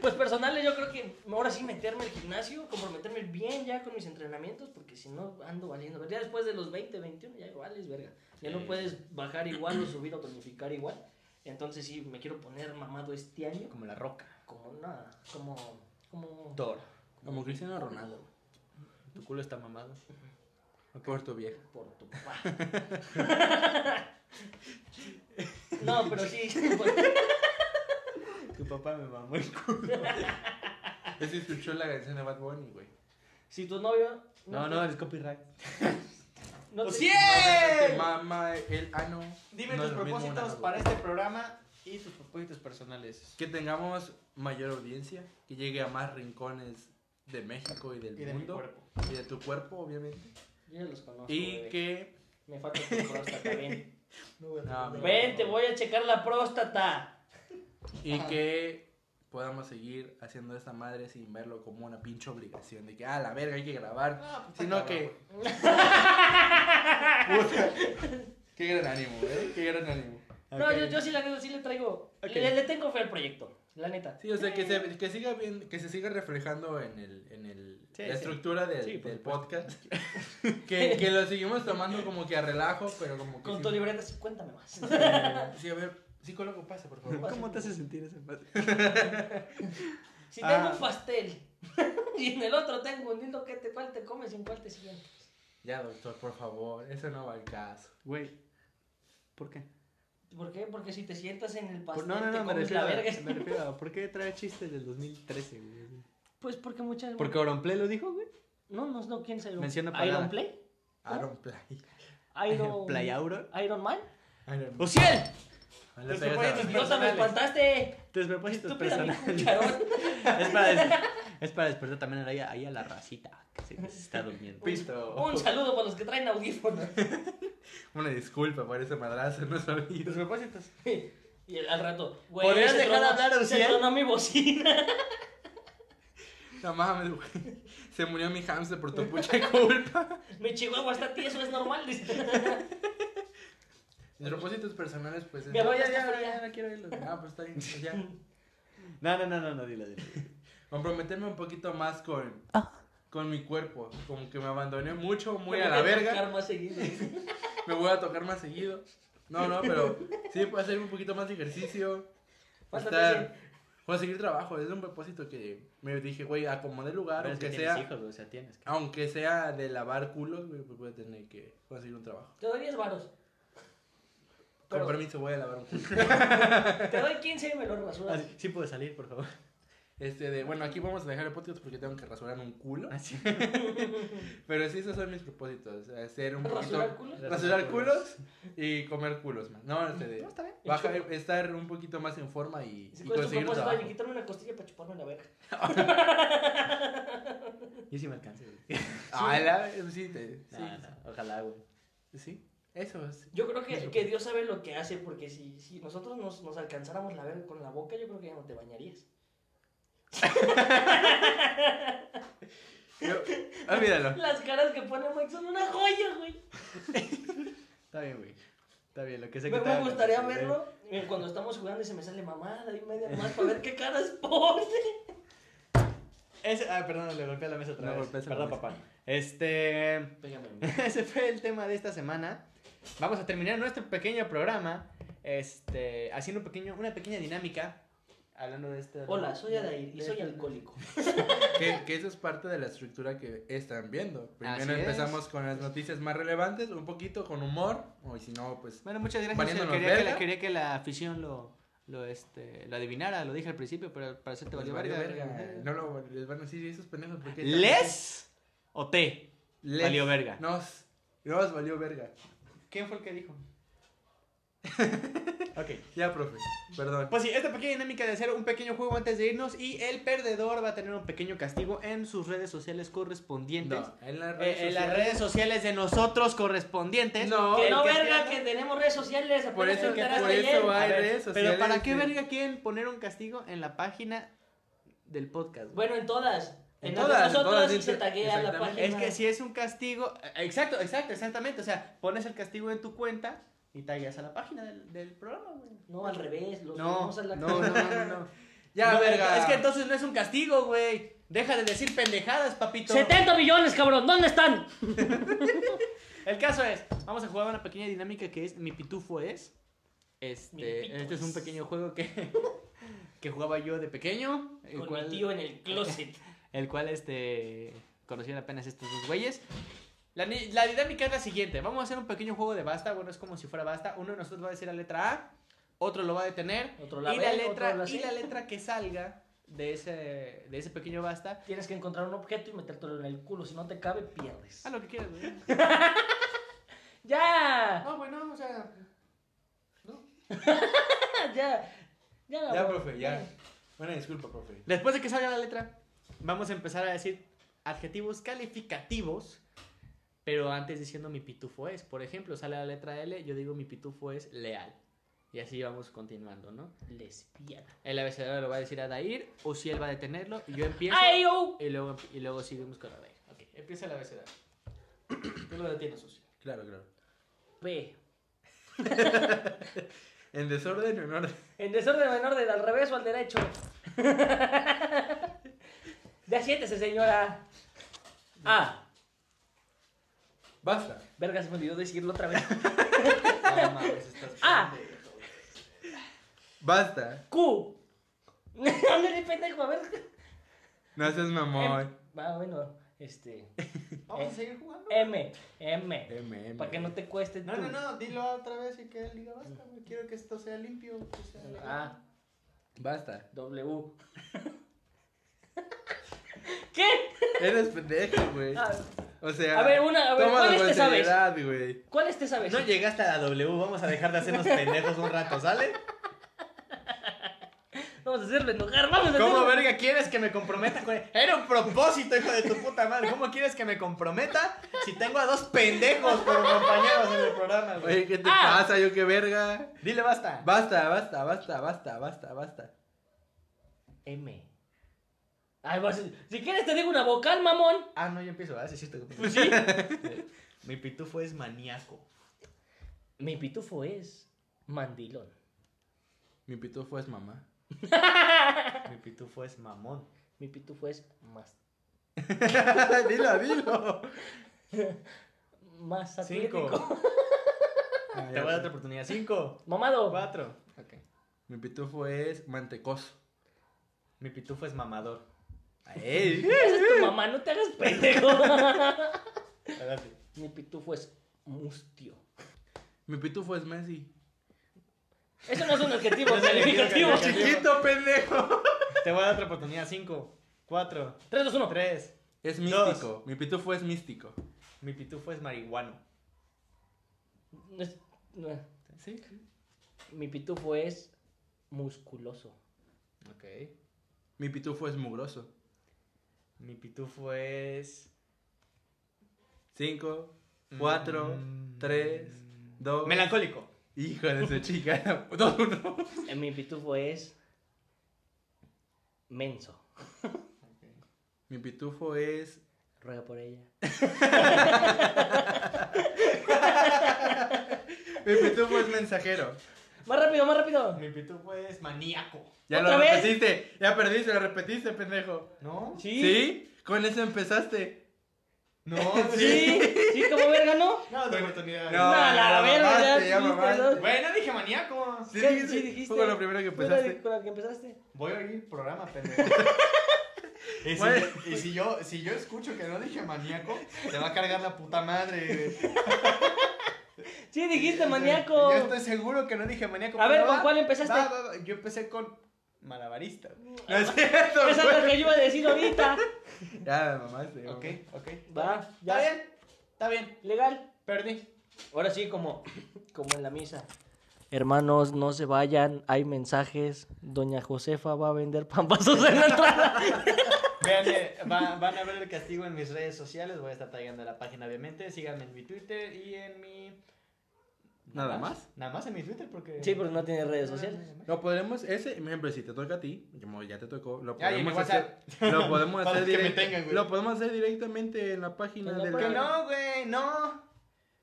Speaker 1: pues personales, yo creo que ahora sí meterme al gimnasio, comprometerme bien ya con mis entrenamientos, porque si no ando valiendo. verga. Ya después de los 20, 21, ya vales, verga. Ya
Speaker 3: Sí.
Speaker 1: no puedes bajar igual o subir o tonificar igual. Entonces sí, me quiero poner mamado este año.
Speaker 3: Como la roca.
Speaker 1: Como nada, como. como
Speaker 3: Thor.
Speaker 2: Como Cristiano Ronaldo.
Speaker 3: Tu culo está mamado.
Speaker 2: Por tu vieja.
Speaker 1: por tu papá. no, pero sí. pues,
Speaker 3: Tu papá me mamó el culo.
Speaker 2: Ese escuchó la canción de Bad Bunny, güey.
Speaker 1: si tu novio.
Speaker 3: No, no, pues es copyright.
Speaker 1: no te-
Speaker 2: Te Mama, el ano.
Speaker 3: Dime
Speaker 2: No
Speaker 3: tus
Speaker 2: es lo mismo un
Speaker 3: propósitos
Speaker 2: ano,
Speaker 3: para
Speaker 2: güey.
Speaker 3: este programa y tus propósitos personales.
Speaker 2: Que tengamos mayor audiencia, que llegue a más rincones de México y del
Speaker 3: Y de mi
Speaker 2: mundo.
Speaker 3: cuerpo.
Speaker 2: Y de tu cuerpo, obviamente.
Speaker 1: Yo ya los conozco.
Speaker 2: y
Speaker 1: bebé.
Speaker 2: que...
Speaker 1: Me falta tu próstata, ven.
Speaker 2: No, mi-
Speaker 1: Ven, te voy a checar la próstata.
Speaker 2: Y que podamos seguir haciendo esta madre sin verlo como una pinche obligación de que, ah, la verga, hay que grabar.
Speaker 3: Ah, pues,
Speaker 2: sino
Speaker 3: está
Speaker 2: que... Puta. Qué gran ánimo, ¿eh? Qué gran ánimo.
Speaker 1: No, yo, yo sí, la neta, sí le traigo.
Speaker 3: Ok.
Speaker 1: Le, le tengo fe al proyecto, la neta.
Speaker 2: Sí, o sea, que se, que siga bien, que se siga reflejando en el, en el,
Speaker 3: Sí,
Speaker 2: la
Speaker 3: sí.
Speaker 2: estructura del,
Speaker 3: Sí, por
Speaker 2: del
Speaker 3: supuesto.
Speaker 2: podcast. que, que lo seguimos tomando como que a relajo, pero como que...
Speaker 1: Con
Speaker 2: sí-
Speaker 1: tu libreta, sí, cuéntame más.
Speaker 2: Sí, a ver, psicólogo, pasa, por favor.
Speaker 3: ¿Cómo te hace sentir ese padre?
Speaker 1: Si
Speaker 3: Ah.
Speaker 1: tengo un pastel y en el otro tengo un lindo que te cuál te comes y en cuál te siguen.
Speaker 2: Ya, doctor, por favor, eso no va al caso.
Speaker 3: Güey. ¿Por qué?
Speaker 1: ¿Por qué? Porque si te sientas en el
Speaker 3: Por-
Speaker 1: pastel,
Speaker 3: no,
Speaker 1: te
Speaker 3: no, no, me
Speaker 1: comes
Speaker 3: refiero,
Speaker 1: la verga.
Speaker 3: a, me refiero a ¿por qué trae chistes del 2013, güey?
Speaker 1: Pues porque muchas
Speaker 3: Porque Oronplay lo dijo, güey.
Speaker 1: No, no, no, ¿quién es Iron
Speaker 3: Menciona
Speaker 1: ¿Iron
Speaker 3: palabra.
Speaker 1: Play?
Speaker 2: Aaron Play.
Speaker 1: ¿Iron...
Speaker 3: Playauron.
Speaker 1: ¿Iron Man? pues,
Speaker 2: Aaron
Speaker 3: ¡Ociel!
Speaker 2: No le
Speaker 3: Los
Speaker 2: pegues a
Speaker 3: propósitos
Speaker 1: ¡No,
Speaker 2: Aaron.
Speaker 1: me
Speaker 3: Personales.
Speaker 1: espantaste!
Speaker 3: Tus propósitos
Speaker 1: Estúpida mi
Speaker 3: personales.
Speaker 1: cucharón.
Speaker 3: Es para, des- es para despertar también ahí a, ahí a la racita que se, que se está durmiendo.
Speaker 2: Pisto.
Speaker 1: Un saludo para los que traen audífonos.
Speaker 2: Una disculpa por ese madrazo, no sabía.
Speaker 3: ¿Tus propósitos?
Speaker 1: Y al rato, güey.
Speaker 3: ¿Podrías
Speaker 1: se
Speaker 3: dejar
Speaker 1: tronó-
Speaker 3: hablar a
Speaker 1: Se
Speaker 3: Uciel?
Speaker 1: tronó mi bocina.
Speaker 2: No mames, güey. Se murió mi hamster por tu pucha culpa.
Speaker 1: Mi chihuahua está tieso, es normal. dice.
Speaker 2: Mis propósitos personales, pues. es-
Speaker 1: Mi abuela está fría.
Speaker 3: no quiero irlo.
Speaker 2: Ah, pues está bien. pues Ya.
Speaker 3: No, no, no, no, no, dilo, dilo.
Speaker 2: Comprometerme un poquito más con. Con mi cuerpo. Como que me abandoné mucho, muy
Speaker 1: Me
Speaker 2: a la
Speaker 1: voy
Speaker 2: verga.
Speaker 1: tocar más seguido.
Speaker 2: Me voy a tocar más seguido. No, no, pero sí, puede hacer un poquito más de ejercicio.
Speaker 1: Falta
Speaker 2: Estar, conseguir trabajo, es un propósito que me dije, güey, acomodé lugar,
Speaker 3: Pero es que
Speaker 2: aunque
Speaker 3: tienes
Speaker 2: sea,
Speaker 3: hijos, güey, o sea, tienes que-
Speaker 2: aunque sea de lavar culos, güey, pues voy a tener que conseguir un trabajo.
Speaker 1: Te doy 10 varos. Pero-
Speaker 2: Con permiso, voy a lavar un culo.
Speaker 1: Te doy 15 y me lo
Speaker 3: Ah,
Speaker 1: rasuras.
Speaker 3: sí, sí puedes salir, por favor.
Speaker 2: Este, de, bueno, aquí vamos a dejar el podcast porque tengo que rasurar un culo.
Speaker 3: Ah, sí.
Speaker 2: Pero sí, esos son mis propósitos. Hacer un
Speaker 1: ¿Rasurar
Speaker 2: poquito...
Speaker 1: culos?
Speaker 2: Rasurar culos y comer culos, man. No, este de...
Speaker 3: No, está bien.
Speaker 2: baja- estar un poquito más en forma y,
Speaker 1: Si
Speaker 2: y
Speaker 1: con su
Speaker 2: conseguir
Speaker 1: propósito
Speaker 2: un trabajo.
Speaker 1: de quitarme una costilla para chuparme la verga.
Speaker 3: Yo sí me alcancé, güey.
Speaker 2: Ah, la- sí, te- sí,
Speaker 3: Nah, nah, ojalá, güey.
Speaker 2: sí. Eso es.
Speaker 1: Yo creo que,
Speaker 2: Eso.
Speaker 1: que Dios sabe lo que hace, porque si, si nosotros nos, nos alcanzáramos la verga con la boca, yo creo que ya no te bañarías.
Speaker 2: Yo- olvídalo.
Speaker 1: Las caras que pone Mike son una joya, güey.
Speaker 3: Está bien, güey. Está bien, lo que
Speaker 1: Me,
Speaker 3: sea que te
Speaker 1: me
Speaker 3: hagas,
Speaker 1: gustaría
Speaker 3: este, güey.
Speaker 1: verlo eh, cuando estamos jugando y se me sale mamada y media más para ver qué caras pone.
Speaker 3: Ese- ah, perdón, le golpeé la mesa otra
Speaker 2: No,
Speaker 3: vez.
Speaker 2: golpeaste la
Speaker 3: Perdón,
Speaker 2: mesa.
Speaker 3: papá. Este.
Speaker 1: Pégame. amigo.
Speaker 3: Ese fue el tema de esta semana. Vamos a terminar nuestro pequeño programa este, haciendo un pequeño, una pequeña dinámica. Hablando de este.
Speaker 1: Hola, soy Adair y
Speaker 3: de
Speaker 1: soy
Speaker 3: este-
Speaker 1: alcohólico.
Speaker 2: Que, que eso es parte de la estructura que están viendo. Primero
Speaker 3: Así es.
Speaker 2: empezamos con las noticias más relevantes, un poquito con humor, o si no, pues...
Speaker 3: Bueno, muchas gracias.
Speaker 2: Valiéndonos
Speaker 3: quería, que
Speaker 2: verga.
Speaker 3: la, quería que la afición lo, lo, este, lo adivinara, lo dije al principio, pero para hacerte
Speaker 2: les
Speaker 3: valió
Speaker 2: Pues valió
Speaker 3: verga. Eh,
Speaker 2: verga. No lo, les van a decir esos pendejos. ¿por qué
Speaker 3: ¿Les o te?
Speaker 2: Les-
Speaker 3: valió verga?
Speaker 2: Nos. Nos valió verga.
Speaker 3: ¿Quién fue el que dijo? ok.
Speaker 2: Ya, profe. Perdón.
Speaker 3: Pues sí, esta pequeña dinámica de hacer un pequeño juego antes de irnos y el perdedor va a tener un pequeño castigo en sus redes sociales correspondientes.
Speaker 2: No, en las redes
Speaker 3: Eh, en las
Speaker 2: sociales-
Speaker 3: redes sociales de nosotros correspondientes.
Speaker 2: No,
Speaker 1: que no,
Speaker 3: el que
Speaker 1: verga,
Speaker 3: esté-
Speaker 1: que tenemos redes sociales.
Speaker 2: Por
Speaker 1: apenas
Speaker 2: eso,
Speaker 1: te enteraste
Speaker 2: por eso
Speaker 1: ayer.
Speaker 2: hay
Speaker 3: A ver,
Speaker 2: redes sociales.
Speaker 3: Pero ¿para qué
Speaker 2: de-
Speaker 3: verga quieren poner un castigo en la página del podcast? güey?
Speaker 1: Bueno, en todas.
Speaker 2: En
Speaker 1: En,
Speaker 2: todas,
Speaker 1: todas.
Speaker 2: en
Speaker 1: Nosotros
Speaker 2: todas,
Speaker 1: y
Speaker 2: dice-
Speaker 1: se taguea la
Speaker 2: exactamente.
Speaker 1: página.
Speaker 3: es que si es un castigo... eh, Exacto, exacto, exactamente. O sea, pones el castigo en tu cuenta y tagueas a la página del, del programa, güey.
Speaker 1: No, al revés. Los
Speaker 3: No,
Speaker 1: subimos a la
Speaker 3: no, no, no, no.
Speaker 2: Ya,
Speaker 3: No,
Speaker 2: verga.
Speaker 3: Es que entonces no es un castigo, güey. Deja de decir pendejadas, papito.
Speaker 1: 70 millones, cabrón, ¿dónde están?
Speaker 3: El caso es, vamos a jugar una pequeña dinámica que es mi pitufo es.
Speaker 1: Mi
Speaker 3: Este,
Speaker 1: pitufo
Speaker 3: este es un
Speaker 1: es.
Speaker 3: pequeño juego que, que jugaba yo de pequeño, el
Speaker 1: Con
Speaker 3: cual,
Speaker 1: mi tío en el closet.
Speaker 3: el cual este conocieron apenas estos dos güeyes. La, ni- la dinámica es la siguiente, vamos a hacer un pequeño juego de basta, bueno, es como si fuera basta, uno de nosotros va a decir la letra A, otro lo va a detener
Speaker 1: Otro la
Speaker 3: y
Speaker 1: B,
Speaker 3: la
Speaker 1: otro
Speaker 3: letra
Speaker 1: la
Speaker 3: y
Speaker 1: C.
Speaker 3: la letra que salga de ese de ese pequeño basta
Speaker 1: Tienes que encontrar un objeto y metértelo en el culo. Si no te cabe, pierdes.
Speaker 3: a lo que quieras, güey.
Speaker 1: ¡Ya!
Speaker 3: No, bueno, o sea,
Speaker 1: ¡Ya! ¡Ya!
Speaker 2: Ya,
Speaker 1: bro.
Speaker 2: profe, ya. Bueno, disculpa, profe.
Speaker 3: Después de que salga la letra, vamos a empezar a decir adjetivos calificativos, pero antes diciendo mi pitufo es. Por ejemplo, sale la letra L, yo digo mi pitufo es leal. Y así vamos continuando, ¿no?
Speaker 1: Lesbiana.
Speaker 3: El abecedario lo va a decir Adair, o si él va a detenerlo, y yo empiezo,
Speaker 1: ¡Ay, oh!
Speaker 3: y luego, y luego seguimos con Adair. Ok, empieza el abecedario. Tú lo detienes, socio.
Speaker 2: Claro, claro.
Speaker 1: P.
Speaker 2: En desorden, en orden.
Speaker 1: En desorden o en orden, al revés o al derecho. ya siéntese, señora. Ah,
Speaker 2: Basta.
Speaker 1: verga, se me olvidó decirlo otra vez.
Speaker 3: No mames, pues, estás
Speaker 1: Ah.
Speaker 2: Basta.
Speaker 1: Q. Ándale, pendejo, a ver.
Speaker 2: No seas mamón.
Speaker 1: Ah, bueno, este.
Speaker 3: Vamos a seguir jugando.
Speaker 1: M. M.
Speaker 2: M, M.
Speaker 1: Para que no te cueste.
Speaker 3: No,
Speaker 1: tú.
Speaker 3: no, no, dilo otra vez y que él diga basta, güey. Quiero que esto sea limpio, que sea legal.
Speaker 1: Ah,
Speaker 2: Basta.
Speaker 1: W. ¿Qué?
Speaker 2: Eres pendejo, güey.
Speaker 1: Ah,
Speaker 3: Este,
Speaker 2: O sea,
Speaker 1: A ver, una- a ver,
Speaker 2: tómalo
Speaker 1: ¿cuáles
Speaker 2: con
Speaker 1: te sabes?
Speaker 2: seriedad, güey.
Speaker 1: ¿Cuál es te sabes?
Speaker 3: No llegaste a la W, vamos a dejar de hacernos pendejos un rato, ¿sale?
Speaker 1: Vamos a hacerlo enojar, vamos a
Speaker 3: ¿Cómo
Speaker 1: hacerlo-
Speaker 3: verga quieres que me comprometa con Era un propósito, hijo de tu puta madre. ¿Cómo quieres que me comprometa si tengo a dos pendejos como compañeros en el programa, güey?
Speaker 2: Oye, ¿qué te
Speaker 1: Ah.
Speaker 2: pasa? Yo qué verga.
Speaker 3: Dile basta.
Speaker 2: Basta, basta, basta, basta, basta, basta.
Speaker 1: M. Ay, vas- si quieres te digo una vocal, mamón.
Speaker 3: Ah, no, yo empiezo, ¿verdad? Sí, sí, tengo- Mi pitufo es maníaco.
Speaker 1: Mi pitufo es mandilón.
Speaker 2: Mi pitufo es mamá.
Speaker 3: Mi pitufo es mamón.
Speaker 1: Mi pitufo es más
Speaker 2: dilo, dilo.
Speaker 1: más
Speaker 3: Cinco.
Speaker 1: atlético.
Speaker 2: Ah,
Speaker 3: Te voy a dar otra oportunidad. Cinco,
Speaker 1: Mamado.
Speaker 3: cuatro. Ok.
Speaker 2: Mi pitufo es mantecoso.
Speaker 3: Mi pitufo es mamador.
Speaker 2: ¡Ey!
Speaker 1: Esa es tu mamá, no te hagas pendejo.
Speaker 3: Ahora sí.
Speaker 1: Mi pitufo es mustio.
Speaker 2: Mi pitufo es Messi.
Speaker 1: Eso no es un adjetivo
Speaker 3: No es un adjetivo,
Speaker 1: calificativo.
Speaker 3: calificativo.
Speaker 2: ¡Chiquito, pendejo!
Speaker 3: Te voy a dar otra oportunidad. Cinco, cuatro,
Speaker 1: 3, 2, 1.
Speaker 3: tres.
Speaker 2: Es
Speaker 3: Dos.
Speaker 2: místico. Mi pitufo es místico.
Speaker 3: Mi pitufo es marihuano.
Speaker 2: Sí.
Speaker 1: Mi pitufo es musculoso.
Speaker 3: Ok.
Speaker 2: Mi pitufo es mugroso.
Speaker 3: Mi pitufo es.
Speaker 2: Cinco,
Speaker 1: Mm.
Speaker 2: cuatro,
Speaker 3: Mm.
Speaker 2: tres, dos.
Speaker 3: Melancólico.
Speaker 2: Hijo de su chica. Dos, uno.
Speaker 1: Eh, Mi pitufo es menso.
Speaker 2: Mi pitufo es.
Speaker 1: Ruega por ella.
Speaker 2: Mi pitufo es mensajero.
Speaker 1: Más rápido, más rápido.
Speaker 3: Mi pitufo es maníaco.
Speaker 2: Ya
Speaker 1: ¿Otra
Speaker 2: lo
Speaker 1: vez?
Speaker 2: repetiste. Ya perdiste, lo repetiste, pendejo.
Speaker 3: ¿No?
Speaker 1: Sí.
Speaker 2: ¿Sí? Con eso empezaste.
Speaker 3: No,
Speaker 1: Sí, sí, como verga, ¿no?
Speaker 3: No, otra oportunidad.
Speaker 1: No, la verga,
Speaker 2: mamaste,
Speaker 1: ya
Speaker 2: ya
Speaker 1: dijiste,
Speaker 2: mamaste.
Speaker 1: ¿no?
Speaker 3: Bueno, dije maníaco.
Speaker 2: Sí,
Speaker 1: ¿Qué-
Speaker 2: dijiste,
Speaker 1: sí dijiste?
Speaker 2: Fue lo primero que
Speaker 1: Fue la de-
Speaker 2: empezaste.
Speaker 1: con la que empezaste.
Speaker 3: Voy a oír programa, pendejo. Y, si,
Speaker 2: Bueno.
Speaker 3: y si yo, si yo escucho que no dije maníaco, te va a cargar la puta madre. güey.
Speaker 1: Sí, dijiste, maníaco.
Speaker 3: Yo estoy seguro que no dije maníaco.
Speaker 1: A
Speaker 3: pero
Speaker 1: ver, ¿con
Speaker 3: va,
Speaker 1: cuál empezaste?
Speaker 3: va, va, va. Yo empecé con malabarista.
Speaker 2: No es cierto.
Speaker 1: Esa es la
Speaker 2: güey.
Speaker 1: que yo iba a decir ahorita.
Speaker 2: Ya, mamaste.
Speaker 3: Ok,
Speaker 2: mamaste.
Speaker 3: ok.
Speaker 1: Va,
Speaker 3: ¿Está
Speaker 1: ya.
Speaker 3: bien? Está bien.
Speaker 1: Legal.
Speaker 3: Perdí.
Speaker 1: Ahora sí, como, como en la misa. Hermanos, no se vayan, hay mensajes. Doña Josefa va a vender pampazos en la entrada.
Speaker 3: Vean, eh, va- van a ver el castigo en mis redes sociales. Voy a estar tagueando la página, obviamente. Síganme en mi Twitter y en mi.
Speaker 2: ¿Nada más?
Speaker 3: Nada más en mi Twitter porque.
Speaker 1: Sí, porque no tiene redes sociales.
Speaker 2: No podremos, ese, por ejemplo, si te toca a ti, como ya te tocó, lo
Speaker 3: Ya, y en
Speaker 2: podemos
Speaker 3: mi
Speaker 2: hacer, lo podemos
Speaker 3: Para
Speaker 2: hacer,
Speaker 3: que me
Speaker 2: directo-
Speaker 3: tengan, güey.
Speaker 2: lo podemos hacer directamente en la página
Speaker 1: En la
Speaker 2: del
Speaker 3: Que
Speaker 1: página.
Speaker 3: no, güey, no.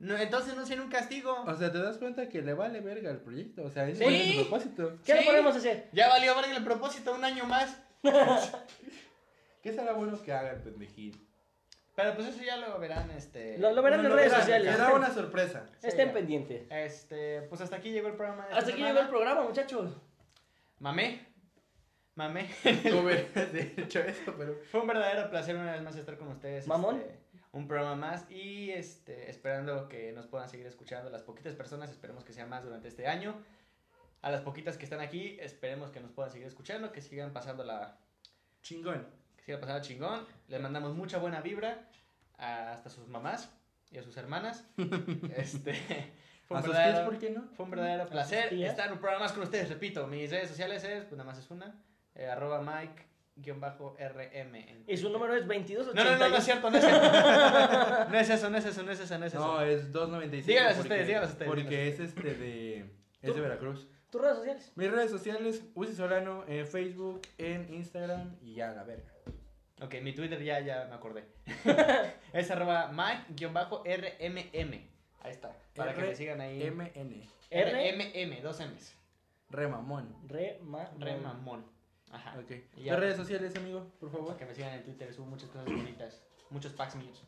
Speaker 3: no. Entonces no sería un castigo.
Speaker 2: O sea, te das cuenta que le vale verga el proyecto, o sea, ese
Speaker 1: Sí.
Speaker 2: es su propósito.
Speaker 1: ¿Qué
Speaker 3: Sí.
Speaker 1: podemos hacer?
Speaker 3: Ya valió verga el propósito un año más.
Speaker 2: ¿Qué será bueno que haga el pendejín?
Speaker 3: Pero pues eso ya lo verán, este.
Speaker 1: Lo- lo verán en redes sociales.
Speaker 2: Será una sorpresa.
Speaker 3: Sí,
Speaker 1: Estén
Speaker 3: ya.
Speaker 1: pendientes.
Speaker 3: Este, pues hasta aquí llegó el programa. de esta
Speaker 1: Hasta aquí
Speaker 3: semana.
Speaker 1: llegó el programa, muchachos.
Speaker 3: Mamé. Mamé.
Speaker 2: Hubieras hecho eso, pero...
Speaker 3: Fue un verdadero placer una vez más estar con ustedes.
Speaker 1: Mamón.
Speaker 3: este, un programa más y este, esperando que nos puedan seguir escuchando. Las poquitas personas, esperemos que sean más durante este año. A las poquitas que están aquí, esperemos que nos puedan seguir escuchando, que sigan pasando la,
Speaker 2: Chingón.
Speaker 3: que siga pasando chingón. Les mandamos mucha buena vibra a- hasta sus mamás y a sus hermanas. Este, fue,
Speaker 2: ¿A
Speaker 3: un
Speaker 2: sus pies
Speaker 3: verdadero,
Speaker 2: por qué no?
Speaker 3: fue un verdadero
Speaker 1: ¿A
Speaker 3: placer
Speaker 1: sus tías?
Speaker 3: estar en un programa más con ustedes. Repito, mis redes sociales es, pues nada más es una, eh, arroba Mike-RM. en
Speaker 1: Y su
Speaker 3: Twitter.
Speaker 1: número es
Speaker 3: No, no, no, no es
Speaker 1: 2280.
Speaker 3: cierto, no es cierto. No es eso, no es eso, no es eso, no es eso.
Speaker 2: No, eh. es 2.95.
Speaker 3: Díganlas
Speaker 2: porque-
Speaker 3: ustedes, díganlas ustedes,
Speaker 2: Porque es
Speaker 3: díganlas
Speaker 2: este de...
Speaker 1: Tú.
Speaker 2: Es de Veracruz.
Speaker 1: Tus redes sociales.
Speaker 2: Mis redes sociales, Uzi Solano, en Facebook, en Instagram y ya la verga.
Speaker 3: Ok, mi Twitter ya, ya me acordé. es arroba Mike-RMM. Ahí está. Para que
Speaker 2: R-
Speaker 3: me sigan ahí.
Speaker 2: MN.
Speaker 1: R,
Speaker 3: RMM, dos M's.
Speaker 2: Remamón.
Speaker 1: re, ma,
Speaker 3: Remamón. Ajá.
Speaker 2: Ok.
Speaker 3: Y Ah, ya.
Speaker 2: Las redes sociales, amigo, por
Speaker 3: Para
Speaker 2: favor.
Speaker 3: que me sigan en Twitter, subo muchas cosas bonitas. Muchos packs míos.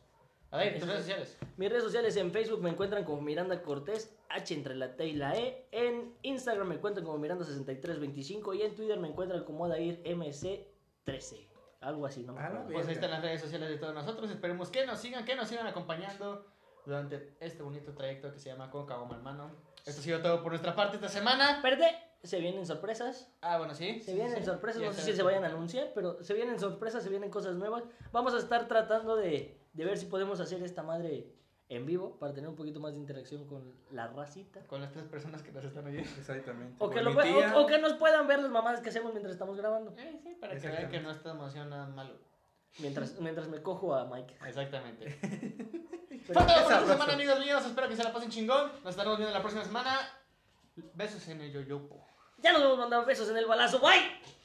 Speaker 3: A ver, tus redes sociales.
Speaker 1: Mis redes sociales en Facebook me encuentran como Miranda Cortés, H entre la T y la E. En Instagram me encuentran como Miranda6325 y en Twitter me encuentran como Adair MC13. Algo así, no me
Speaker 2: A la
Speaker 1: acuerdo.
Speaker 2: vez.
Speaker 3: Pues ahí están las redes sociales de todos nosotros. Esperemos que nos sigan, que nos sigan acompañando durante este bonito trayecto que se llama Con Caguama Hermano. Esto ha sido todo por nuestra parte esta semana.
Speaker 1: Perde, se vienen sorpresas.
Speaker 3: Ah, bueno, sí.
Speaker 1: Se vienen sorpresas,
Speaker 3: Ya
Speaker 1: no sé
Speaker 3: saben.
Speaker 1: si se vayan a anunciar, pero se vienen sorpresas, se vienen cosas nuevas. Vamos a estar tratando de, de ver si podemos hacer esta madre en vivo para tener un poquito más de interacción con la racita.
Speaker 3: Con las tres personas que nos están oyendo.
Speaker 2: Exactamente.
Speaker 1: O
Speaker 2: Por
Speaker 1: que, lo
Speaker 2: mi
Speaker 1: ve- o-
Speaker 2: tía.
Speaker 1: o que nos puedan ver las mamadas que hacemos mientras estamos grabando.
Speaker 3: Eh, sí, para que vean
Speaker 2: Exactamente.
Speaker 3: que no está emoción nada malo.
Speaker 1: Mientras, mientras me cojo a Mike.
Speaker 3: Exactamente.
Speaker 1: Pero-
Speaker 3: Fue todo por esta
Speaker 2: sabroso.
Speaker 3: semana, amigos míos. Espero que se la pasen chingón. Nos estaremos viendo la próxima semana. Besos en el yoyopo.
Speaker 1: Ya nos vamos a mandar besos en el balazo. Bye.